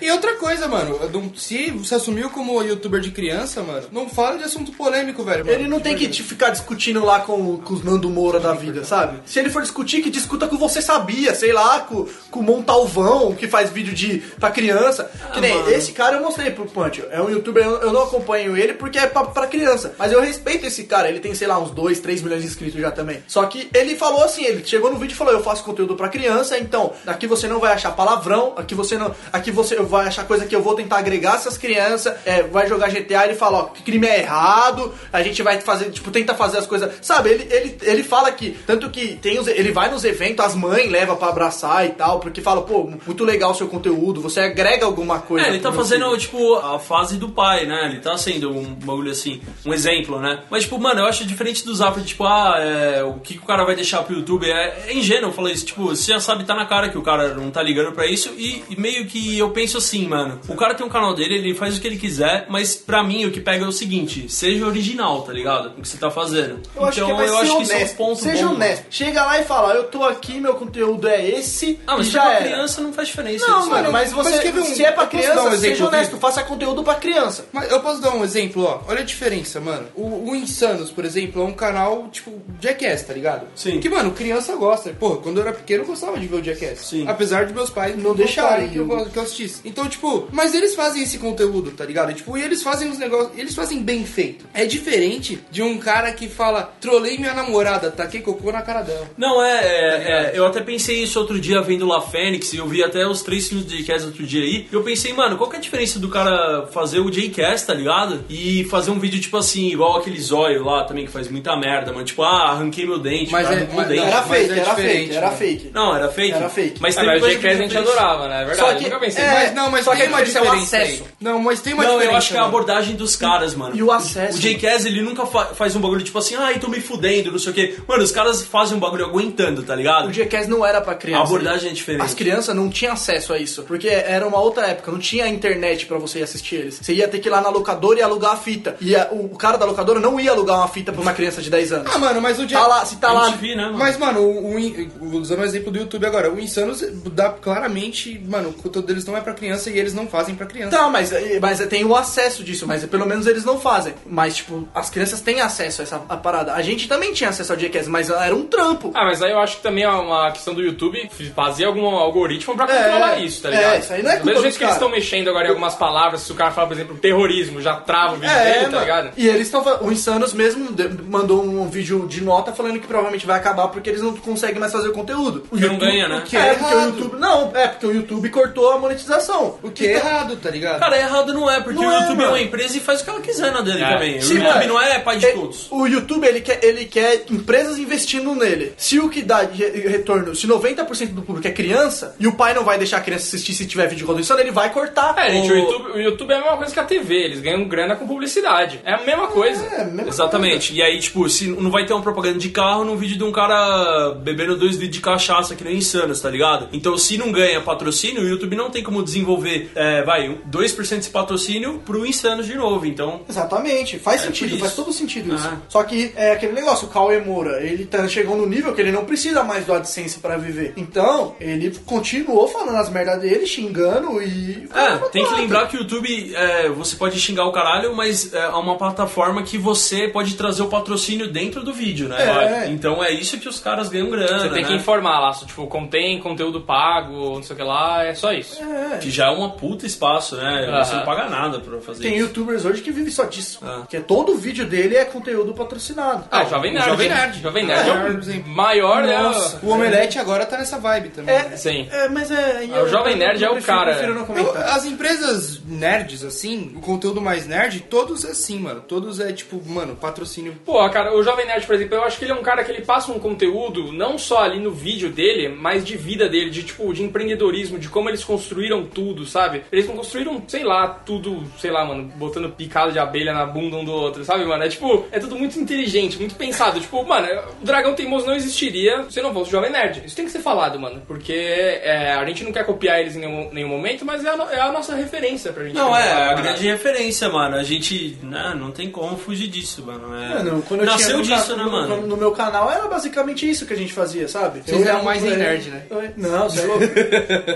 É, E outra coisa, mano, eu não- se você assumiu como youtuber de criança, mano, não fala de assunto polêmico, velho. mano. ele não tem que te ficar discutindo lá com, com os Nando Moura da vida, sabe? Se ele for discutir, que discuta com você sabia, sei lá, com, com o Montalvão, que faz vídeo de pra criança. que nem mano. esse cara eu mostrei pro Punch. É um youtuber, eu, eu não acompanho ele porque é pra, pra criança. Mas eu respeito esse cara, ele tem, sei lá, uns 2, 3 milhões de inscritos já também. Só que ele falou assim, ele chegou no vídeo e falou: "Eu faço conteúdo pra criança, então aqui você não vai achar palavrão, aqui você não, aqui você vai achar coisa que eu vou tentar agregar essas crianças, é, vai jogar GTA, ele fala, ó, crime é errado, a gente vai fazer, tipo, tenta fazer as coisas, sabe? Ele ele, ele fala que tanto que tem os, ele vai nos eventos, as mães leva pra abraçar e tal, porque fala, pô, muito legal o seu conteúdo, você agrega alguma coisa. É, ele tá pro meu fazendo, filho." tipo, a fase do pai, né? Ele tá sendo um bagulho assim, um exemplo, né? Mas, tipo, mano, eu acho diferente do Zap, tipo, ah, é, o que, que o cara vai deixar pro YouTube? É, é ingênuo falar isso, tipo, você já sabe, tá na cara que o cara não tá ligando pra isso e, e meio que eu penso assim, mano, o cara tem um canal dele, ele faz o que ele quiser, mas pra mim o que pega é o seguinte, seja original, tá ligado? O que você tá fazendo. Eu acho então que vai eu ser acho que honesto. isso é um ponto Seja bom. honesto. Chega lá e fala, eu tô aqui, meu conteúdo é esse Ah, mas e se pra já era. criança não faz diferença. Não, isso, mano, né? mas você mas quer ver um- se é pra eu posso dar um criança, seja exemplo honesto, vivo? faça conteúdo pra criança. Mas eu posso dar um exemplo, ó. Olha a diferença, mano. O, o Insanos, por exemplo, é um canal, tipo, Jackass, tá ligado? Sim. Que, mano, criança gosta. Porra, quando eu era pequeno eu gostava de ver o Jackass. Sim. Apesar de meus pais não deixarem que eu, go- que eu assistisse. Então, tipo, mas eles fazem esse conteúdo, tá ligado? E, tipo, e eles fazem os negócios. Eles fazem bem feito. É diferente de um cara que fala, trolei minha namorada, taquei cocô na cara dela. Não, é, é, é, eu até pensei isso outro dia vendo La Fênix, e eu vi até os três filmes do Jcast outro dia aí, e eu pensei, mano, qual que é a diferença do cara fazer o Jcast, tá ligado? E fazer um vídeo, tipo assim, igual aquele zóio lá também, que faz muita merda, mano, tipo, ah, arranquei meu dente, Mas cara, é- arrancou mas o dente. Era Mas é fake, era fake, diferente, era né? fake. Não, era fake. Era fake. Mas Ah, teve mas o coisa Jackass a gente diferente. adorava, né? É verdade. Só eu que- nunca pensei. é, Mas- Mas não, mas só tem que uma é diferença, é o diferença. aí. acesso. Não, mas tem uma Não, diferença. eu acho que é a mano. abordagem dos caras, mano. E o acesso. O Jcast, ele nunca fa- faz um bagulho tipo assim, ai, tô me fudendo, não sei o quê. Mano, os caras fazem um bagulho aguentando, tá ligado? O Jackass não era pra criança. A abordagem é diferente. As crianças não tinham acesso a isso, porque era uma outra época, não tinha internet pra você ir assistir eles. Você ia ter que ir lá na locadora e alugar a fita. E a- o, o cara da locadora não ia alugar uma fita pra uma criança de 10 anos. Ah, mano, mas o Jack... Tá lá, se tá lá. MTV, né, mano? Mas, mano, o, o in- o- usando o exemplo do YouTube agora, o Insanos dá claramente, mano, o conteúdo deles não é pra criança e eles não fazem pra criança. Tá, mas, mas tem o acesso disso, mas pelo menos eles não fazem. Mas, tipo, as crianças têm acesso a essa a parada. A gente também tinha acesso ao Jackass, mas era um trampo. Ah, mas aí eu acho que também é uma questão do YouTube fazer algum algoritmo pra É, controlar isso, tá é, ligado? isso aí não é Do culpa mesmo dos jeito que eles caras. estão mexendo agora em algumas palavras, se o cara fala, por exemplo, terrorismo, já trava o vídeo dele, tá É, mano. ligado? então. E eles estão O Insanos mesmo de- mandou um vídeo de nota falando que provavelmente vai acabar porque eles não conseguem mais fazer o conteúdo. O não ganha, né? o que é, porque o errado. YouTube. Não, é porque o YouTube cortou a monetização. O que é errado, tá ligado? Cara, errado não é, porque Não o é, YouTube é, uma mano. empresa e faz o que ela quiser na dele É. também. Sim, o YouTube mano. não é pai de É, todos. O YouTube ele quer, ele quer empresas investindo ne- ele. Se o que dá de re- retorno, se 90% do público é criança, e o pai não vai deixar a criança assistir se tiver vídeo condução, ele vai cortar. É, gente, o YouTube, o YouTube é a mesma coisa que a TV, eles ganham grana com publicidade. É a mesma coisa. É, Exatamente. E aí, tipo, se não vai ter uma propaganda de carro num vídeo de um cara bebendo dois litros de cachaça que nem insanos, tá ligado? Então, se não ganha patrocínio, o YouTube não tem como desenvolver, é, vai, um- 2% desse patrocínio pro insanos de novo. Então, Exatamente, faz É sentido, faz todo sentido isso. Ah. Só que é aquele negócio, o Cauê Moura, ele tá, chegou no nível que ele não precisa mais do AdSense pra viver. Então, ele continuou falando as merdas dele, xingando e. É, tem que lembrar que o YouTube, é, você pode xingar o caralho, mas é uma plataforma que você pode trazer o patrocínio dentro do vídeo, né? É. Vai. Então é isso que os caras ganham grana, Você tem que né? informar lá, tipo, contém conteúdo pago, não sei o que lá, é só isso. Que já é uma puta espaço, né? Você Aham. não paga nada pra fazer Tem isso. Ah. youtubers hoje que vivem só disso. Que todo vídeo dele é conteúdo patrocinado. Ah, o Jovem Nerd. Jovem né? Nerd. Jovem Nerd é o maior, né? Nossa, o Omelete agora tá nessa vibe também. É, Sim. É, mas é. Ah, o Jovem Nerd é o cara. Eu- as empresas nerds, assim, o conteúdo mais nerd, todos é assim, mano. Todos é tipo, mano, patrocínio. Pô, cara, o Jovem Nerd, por exemplo, eu acho que ele é um cara que ele passa um conteúdo não só ali no vídeo dele, mas de vida dele, de tipo, de empreendedorismo, de como eles construíram tudo, sabe? Eles não construíram, sei lá, tudo, sei lá, mano, botando picada de abelha na bunda um do outro, sabe, mano? É tipo, é tudo muito inteligente, muito pensado. Tipo, mano, o Dragão Teimoso não existiria se não fosse o Jovem Nerd. Isso tem que ser falado, mano, porque é, a gente não quer copiar eles em nenhum, nenhum momento, mas é a, no- é a nossa referência pra gente. Não, é, pensar, a mano. grande referência, mano. A gente, né, não tem como fugir disso, mano. É... Mano, quando eu Nasceu tinha no disso, ca- né, no, mano? No, no meu canal era basicamente isso que a gente fazia, sabe? Vocês Eu eram era mais um- em nerd, né? Eu- Não, você é louco.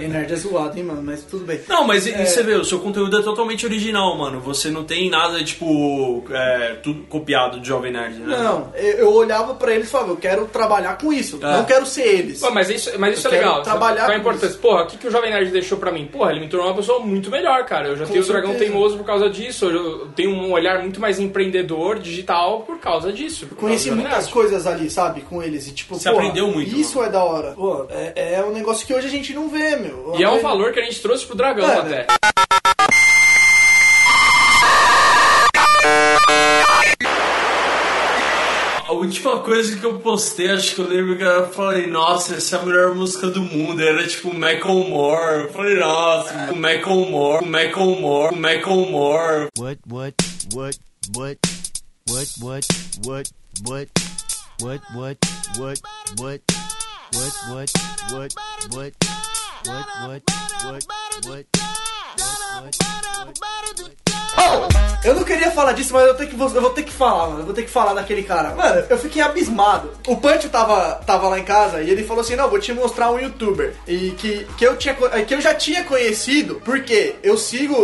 em nerd é zoado, hein, mano? Mas tudo bem. Não, mas e- É. você vê, o seu conteúdo é totalmente original, mano. Você não tem nada, tipo, é, tudo copiado de Jovem Nerd, né? Não, eu eu olhava pra eles e falava, eu quero trabalhar com isso, Ah. não quero ser eles. Pô, É. mas isso, mas isso Eu é quero legal. trabalhar Qual é a com importância? Porra, o que, que o Jovem Nerd deixou pra mim? Porra, ele me tornou uma pessoa muito melhor, cara. Eu já Com tenho o Dragão certeza. Teimoso por causa disso. Eu tenho um olhar muito mais empreendedor, digital, por causa disso. por causa Conheci do Jovem muitas coisas ali, sabe, com eles. E tipo, Você porra, aprendeu muito, Isso é da hora. Pô, é, é um negócio que hoje a gente não vê, meu. Nerd. E é um Aprende- valor que a gente trouxe pro Dragão É, até. A última coisa que eu postei, acho que eu lembro que eu falei, nossa, essa é a melhor música do mundo. Era tipo Michael Moore. Eu falei, nossa, o Michael Moore, o Michael Moore, o Michael Moore. What, what, what, what, what, what, what, what, what, what, what, what, what, what, what, what, what, what, what, what, Eu não queria falar disso, mas eu, tenho que, vou- eu vou ter que falar, mano. Eu vou ter que falar daquele cara. Mano, eu fiquei abismado. O Pancho tava, tava lá em casa e ele falou assim: Não, vou te mostrar um youtuber. E que, que, eu, tinha, co- eh, que eu já tinha conhecido, porque eu sigo o,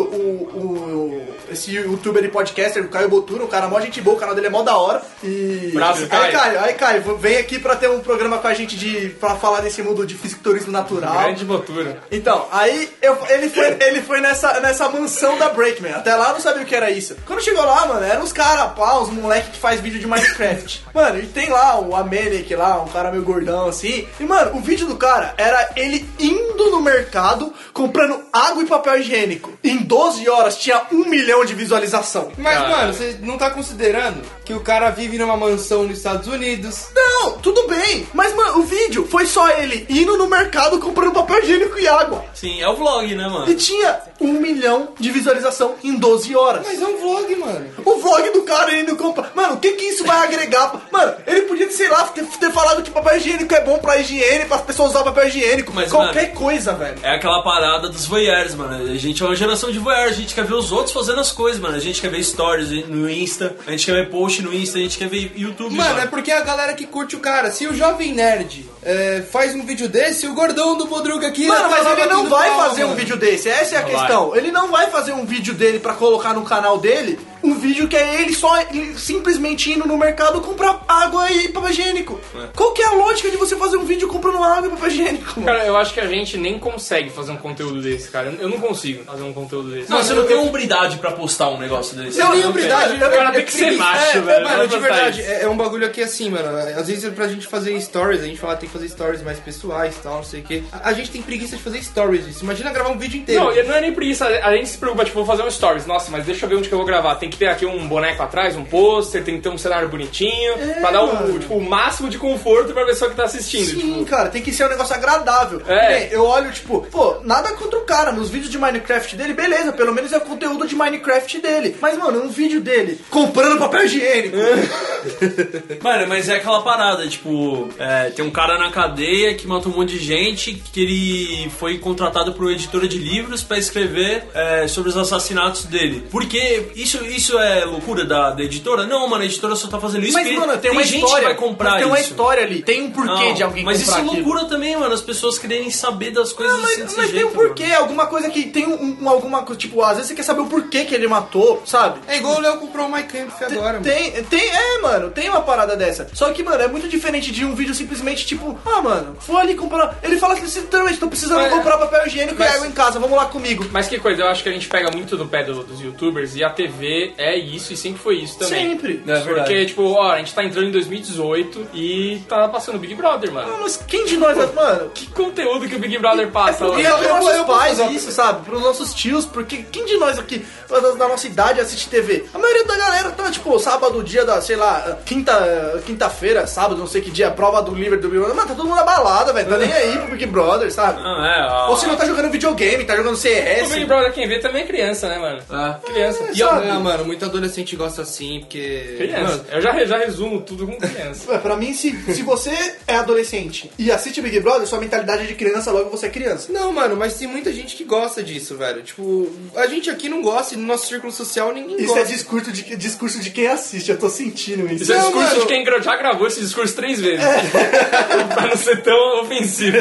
o- esse youtuber e podcaster, o Caio Botura, o cara é mó gente boa, o canal dele é mó da hora. E. Braço, aí, Caio. Caio, aí, Caio, vou- vem aqui pra ter um programa com a gente de. pra falar desse mundo de fisiculturismo natural. Grande botura. Então, aí eu- ele foi, ele foi nessa, nessa mansão da Breakman. Até lá eu não sabia o que era isso. Quando chegou lá, mano, eram uns caras, pá, uns moleque que faz vídeo de Minecraft. Mano, e tem lá o Amenic lá, um cara meio gordão assim. E, mano, o vídeo do cara era ele indo no mercado comprando água e papel higiênico. Em 12 horas tinha um milhão de visualização. Mas, mano, você não tá considerando que o cara vive numa mansão nos Estados Unidos? Não, tudo bem. Mas, mano, o vídeo foi só ele indo no mercado comprando papel higiênico e água. Sim, é o vlog, né, mano? E tinha um milhão de visualização em 12 horas. Mas é um vlog, mano. O vlog do cara indo comprar. Mano, o que que isso vai agregar? pra- Mano, ele podia, sei lá, ter, ter falado que papel higiênico é bom pra higiene, pra pessoas usar papel higiênico. Mas, qualquer coisa, velho. É aquela parada dos voyeurs, mano. A gente é uma geração de voyeurs, a gente quer ver os outros fazendo as coisas, mano. A gente quer ver stories no Insta, a gente quer ver post no Insta, a gente quer ver YouTube, mano. Mano, é porque a galera que curte o cara, se o jovem nerd é, faz um vídeo desse, o gordão do Bodruga aqui. Mano, tá mas lá ele não batendo vai palma, fazer um mano. vídeo desse, essa é a Não questão. Ele não vai fazer um vídeo dele pra colocar no canal dele um vídeo que é ele só ele simplesmente indo no mercado comprar água e papel higiênico. Qual que é a lógica de você fazer um vídeo comprando água e papel higiênico? mano? Cara, eu acho que a gente nem consegue fazer um conteúdo desse, cara. Eu não consigo fazer um conteúdo desse. Não, você não tem hombridade pra postar um negócio desse. Eu tenho Não tem. habilidade. O cara tem que ser macho, é, velho, Mano, pra de postar verdade, isso. é, é um bagulho aqui assim, mano. Às vezes pra gente fazer stories, a gente fala tem que fazer stories mais pessoais e tal, não sei o quê. A, a gente tem preguiça de fazer stories disso. Imagina gravar um vídeo inteiro. Não, e não é nem por isso. A a gente se preocupa, tipo, vou fazer um stories. Nossa, mas deixa eu ver onde que eu vou gravar. Tem que ter aqui um boneco atrás, um pôster, tem que ter um cenário bonitinho, pra dar o, É, mano. tipo, o máximo de conforto pra pessoa que tá assistindo. Sim, tipo, cara, tem que ser um negócio agradável. É. Que nem Eu olho, tipo, pô, nada contra o cara. Nos vídeos de Minecraft dele, beleza, pelo menos é o conteúdo de Minecraft dele. Mas, mano, um vídeo dele comprando papel higiênico. É. Mano, mas é aquela parada, tipo, é, tem um cara na cadeia que matou um monte de gente, que ele foi contratado por uma editora de livros pra escrever é, sobre os assassinatos dele. Porque isso, isso é loucura da, da editora? Não, mano, a editora só tá fazendo isso mas, porque mano, tem, uma gente história. que vai comprar mas tem uma isso. história ali. Tem um porquê Não, de alguém mas comprar isso é aquilo. loucura também, mano. As pessoas quererem saber das coisas assim Mas, desse mas tem jeito. um porquê, alguma coisa que tem um, um- alguma coisa, tipo, às vezes você quer saber o porquê que ele matou, sabe? É igual o Léo comprou o My Camp agora, mano. Tem, tem, é, mano, tem uma parada dessa. Só que, mano, é muito diferente de um vídeo simplesmente tipo, ah, mano, foi ali comprar. Ele fala assim, sinceramente, tô precisando É, Mas- comprar papel higiênico mas- e água em casa, vamos lá comigo. Mas que coisa, eu acho que a gente pega muito no pé do- dos youtubers e a TV é isso e sempre foi isso também. Sempre. É verdade. Porque, tipo, ó, a gente tá entrando em 2018 e tá passando Big Brother, Ah, mano. mas quem de nós, vai- mano? Que conteúdo que o Big Brother passa, E mano? é pros eu- nossos eu posso pais fazer uma- isso, sabe? Pros nossos tios, porque quem de nós aqui, da, da nossa idade, assiste TV? A maioria da galera tá, tipo, sábado, dia da, sei lá, quinta, quinta-feira, sábado, não sei que dia, prova do livro do Big Brother. Mano, tá todo mundo na balada, velho, É. tá nem aí pro Big Brother, sabe? Ah, é, a- Ou se não tá jogando videogame, tá jogando O CS. Big Brother, quem vê, também é criança, né, mano? Ah. Criança. É, E eu, ah, mano, muito adolescente gosta assim, porque. Criança. Mano, Eu já, já resumo tudo com criança. Ué, É, Pra mim, se, se você é adolescente e assiste Big Brother, sua mentalidade é de criança, logo você é criança. não, mano, mas tem muita gente que gosta disso, velho. Tipo, a gente aqui não gosta e no nosso círculo social ninguém Isso gosta. é discurso de, discurso de quem assiste, eu tô sentindo isso. Esse é o Não, discurso mano. de quem gra- já gravou esse discurso três vezes. É. pra não ser tão ofensivo.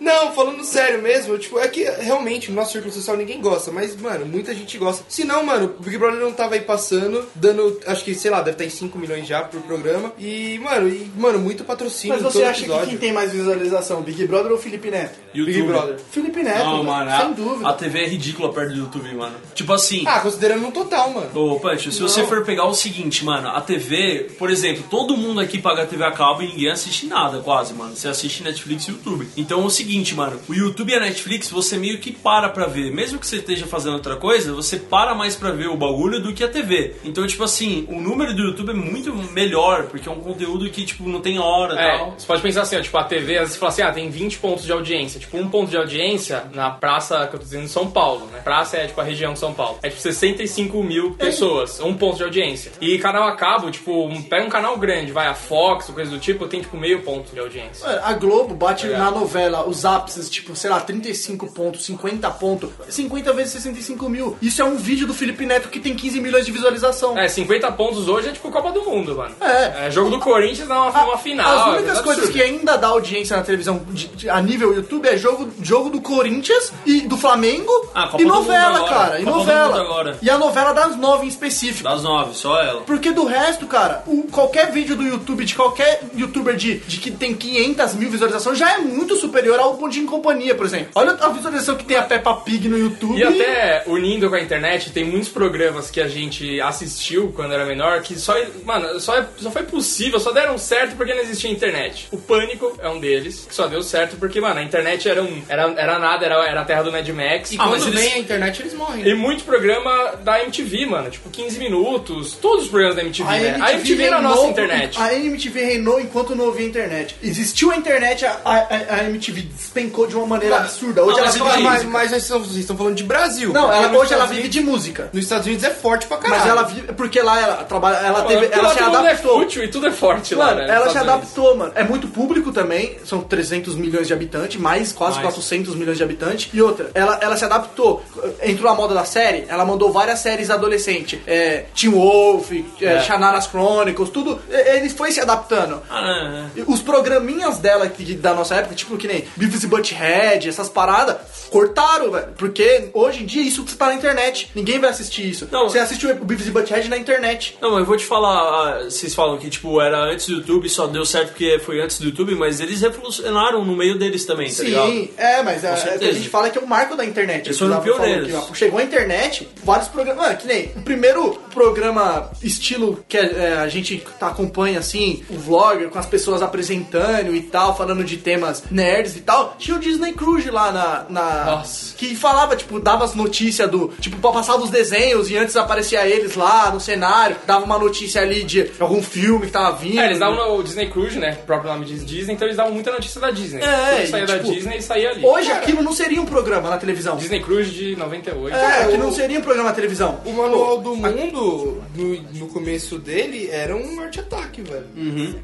Não, falando sério mesmo, tipo, é que realmente no nosso círculo social ninguém gosta, mas, mano, muita gente gosta. Se não, mano, o Big Brother não tava aí passando, dando, acho que, sei lá, deve estar em 5 milhões já pro programa. E, mano, e, mano, muito patrocínio. Mas em você todo acha que episódio. quem tem mais visualização, Big Brother ou Felipe Neto? YouTube. Big Brother. Felipe Neto, Não, mano, É, sem a, dúvida. a TV é ridícula perto do YouTube, mano. Tipo assim. Ah, considerando no total, mano. Ô, Pancho, se você for pegar o seguinte, mano, a TV, por exemplo, todo mundo aqui paga a TV a cabo e ninguém assiste nada, quase, mano. Você assiste Netflix e YouTube. Então é o seguinte, mano, o YouTube e a Netflix, você meio que para pra ver. Mesmo que você esteja fazendo outra coisa, você para mais pra ver o bagulho do que a TV. Então, tipo assim, o número do YouTube é muito melhor, porque é um conteúdo que, tipo, não tem hora e É, tal. você pode pensar assim, ó, tipo, a TV, às vezes você fala assim, ah, tem 20 pontos de audiência. Tipo, um ponto de audiência na praça que eu tô dizendo em São Paulo, né? Praça é, tipo, a região de São Paulo. É, tipo, 65 mil É. pessoas, um ponto de audiência. E canal a cabo, tipo, um- pega um canal grande, vai, a Fox, ou coisa do tipo, tem, tipo, meio ponto de audiência. Mano, A Globo bate Legal. na novela os ápices, tipo, sei lá, 35 pontos, 50 pontos, 50 vezes 65 mil. Isso é um vídeo do Felipe Neto que tem 15 milhões de visualização. É, 50 pontos hoje é, tipo, Copa do Mundo, mano. É. jogo do Corinthians na uma, uma final. Ah, As é únicas absurdo. coisas que ainda dá audiência na televisão de- de- a nível YouTube é jogo, jogo do Corinthians e do Flamengo Ah, Copa e do Mundo novela, agora. cara. E Copa do novela. Mundo agora. E a novela das nove em específico. Das nove, só ela. Porque do resto, cara, o- qualquer vídeo do YouTube, de qualquer youtuber de, de que tem 500 mil visualizações, já é muito superior ao Bondinho e Companhia, por exemplo. Olha a visualização que tem a Peppa Pig no YouTube. E até unindo com a internet, tem muitos programas que a gente assistiu quando era menor que só, mano, só, é- só foi possível, só deram certo porque não existia internet. O Pânico é um deles, que só deu certo porque, mano, a internet era, um, era, era nada, era, era a terra do Mad Max. E Ah, mas quando eles- vem a internet, eles morrem. né? E muito programa da MTV, mano, tipo 15 minutos, todos os programas da MTV, né? a MTV era a nossa reinou- internet. é A MTV reinou enquanto não havia internet. Existiu a internet, a, a- a MTV despencou de uma maneira absurda. Hoje Não, ela mas, vive mas, de mas, música. nós estamos, vocês estão falando de Brasil. Não, Porque ela- nos hoje ela Estados vive Unidos- de música. Nos Estados Unidos é forte pra caralho. Mas ela vive. Porque lá ela trabalha. Ela, teve, Porque ela lá se Tipo, todo mundo adaptou. é fútil e tudo é forte lá, Mano, né, nos ela se Estados Unidos. adaptou, mano. É muito público também, são 300 milhões de habitantes, mais quase 400 milhões de habitantes. E outra, ela, ela se adaptou. Entrou na moda da série, ela mandou várias séries adolescente. É, Teen Wolf, é, Shannara's Chronicles, tudo. é, Ele foi se adaptando. Ah, E Os programinhas dela que, da nossa época, tipo que nem Beavis e Butthead, essas paradas, cortaram, velho. Porque hoje em dia isso tá na internet. Ninguém vai assistir isso. Não. Você assiste o Beavis e Butthead na internet. Não, mas eu vou te falar, ah, vocês falam que tipo era antes do YouTube, só deu certo porque foi antes do YouTube, mas eles revolucionaram no meio deles também, tá ligado? Sim, é, mas é, é o que a certeza. gente fala que é o marco da internet. Eles foram O que o Rafa falou pioneiros. aqui, ó. Chegou a internet, vários programas. Mano, que nem o primeiro programa estilo que é, a gente tá- acompanha assim, o vlogger com as pessoas apresentando e tal, falando de temas nerds e tal. tal, tinha o Disney Cruise lá na. na- Que falava, tipo, dava as notícias do. Tipo, pa- passava os desenhos e antes aparecia eles lá no cenário, dava uma notícia ali de algum filme que tava vindo. É, eles davam o Disney Cruise, né? O próprio nome diz Disney, então eles davam muita notícia da Disney. É, Quando saía e, da tipo, Disney, ele saía ali. Hoje Cara, aquilo não seria um programa na televisão. Disney Cruise de 98. É, que não seria um programa na televisão. O manual do mundo, no, no começo dele, era um art attack, velho.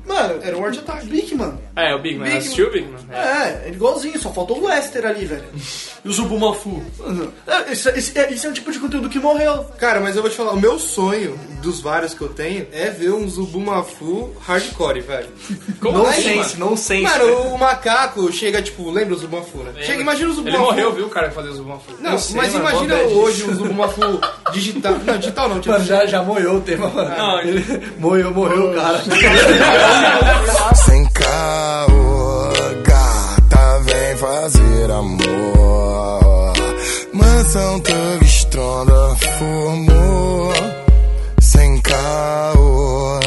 Mano, era um art attack. Big, mano. É, o Big Man. Big Man. assistiu o Big Man? É, é igualzinho, só faltou o Lester ali, velho. E o Zubumafu? É, Isso, isso- é- isso é um tipo de conteúdo que morreu. Cara, mas eu vou te falar, o meu sonho, dos vários que eu tenho, é ver um Zubumafu hardcore, velho. Como Não assim? é Aí, sense, não sense. Mano, o macaco chega, tipo, lembra o Zubumafu, né? Chega, imagina o Zubumafu. Ele morreu, viu, o cara que fazia o Zubumafu? Não, Eu sei, mas mano, imagina mó bad. hoje um Zubumafu digital. Não, digital não, tipo. Mano, já, já moeu o tema, mano. Não, ele- Moeu, morreu o cara. Sem caô, gata, vem fazer amor. Mansão Tugstronda formou. Sem caô,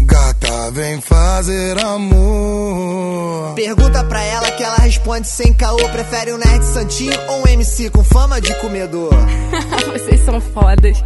gata, vem fazer amor. Pergunta pra ela que ela responde sem caô. Prefere um nerd santinho ou um MC com fama de comedor? Vocês são fodas.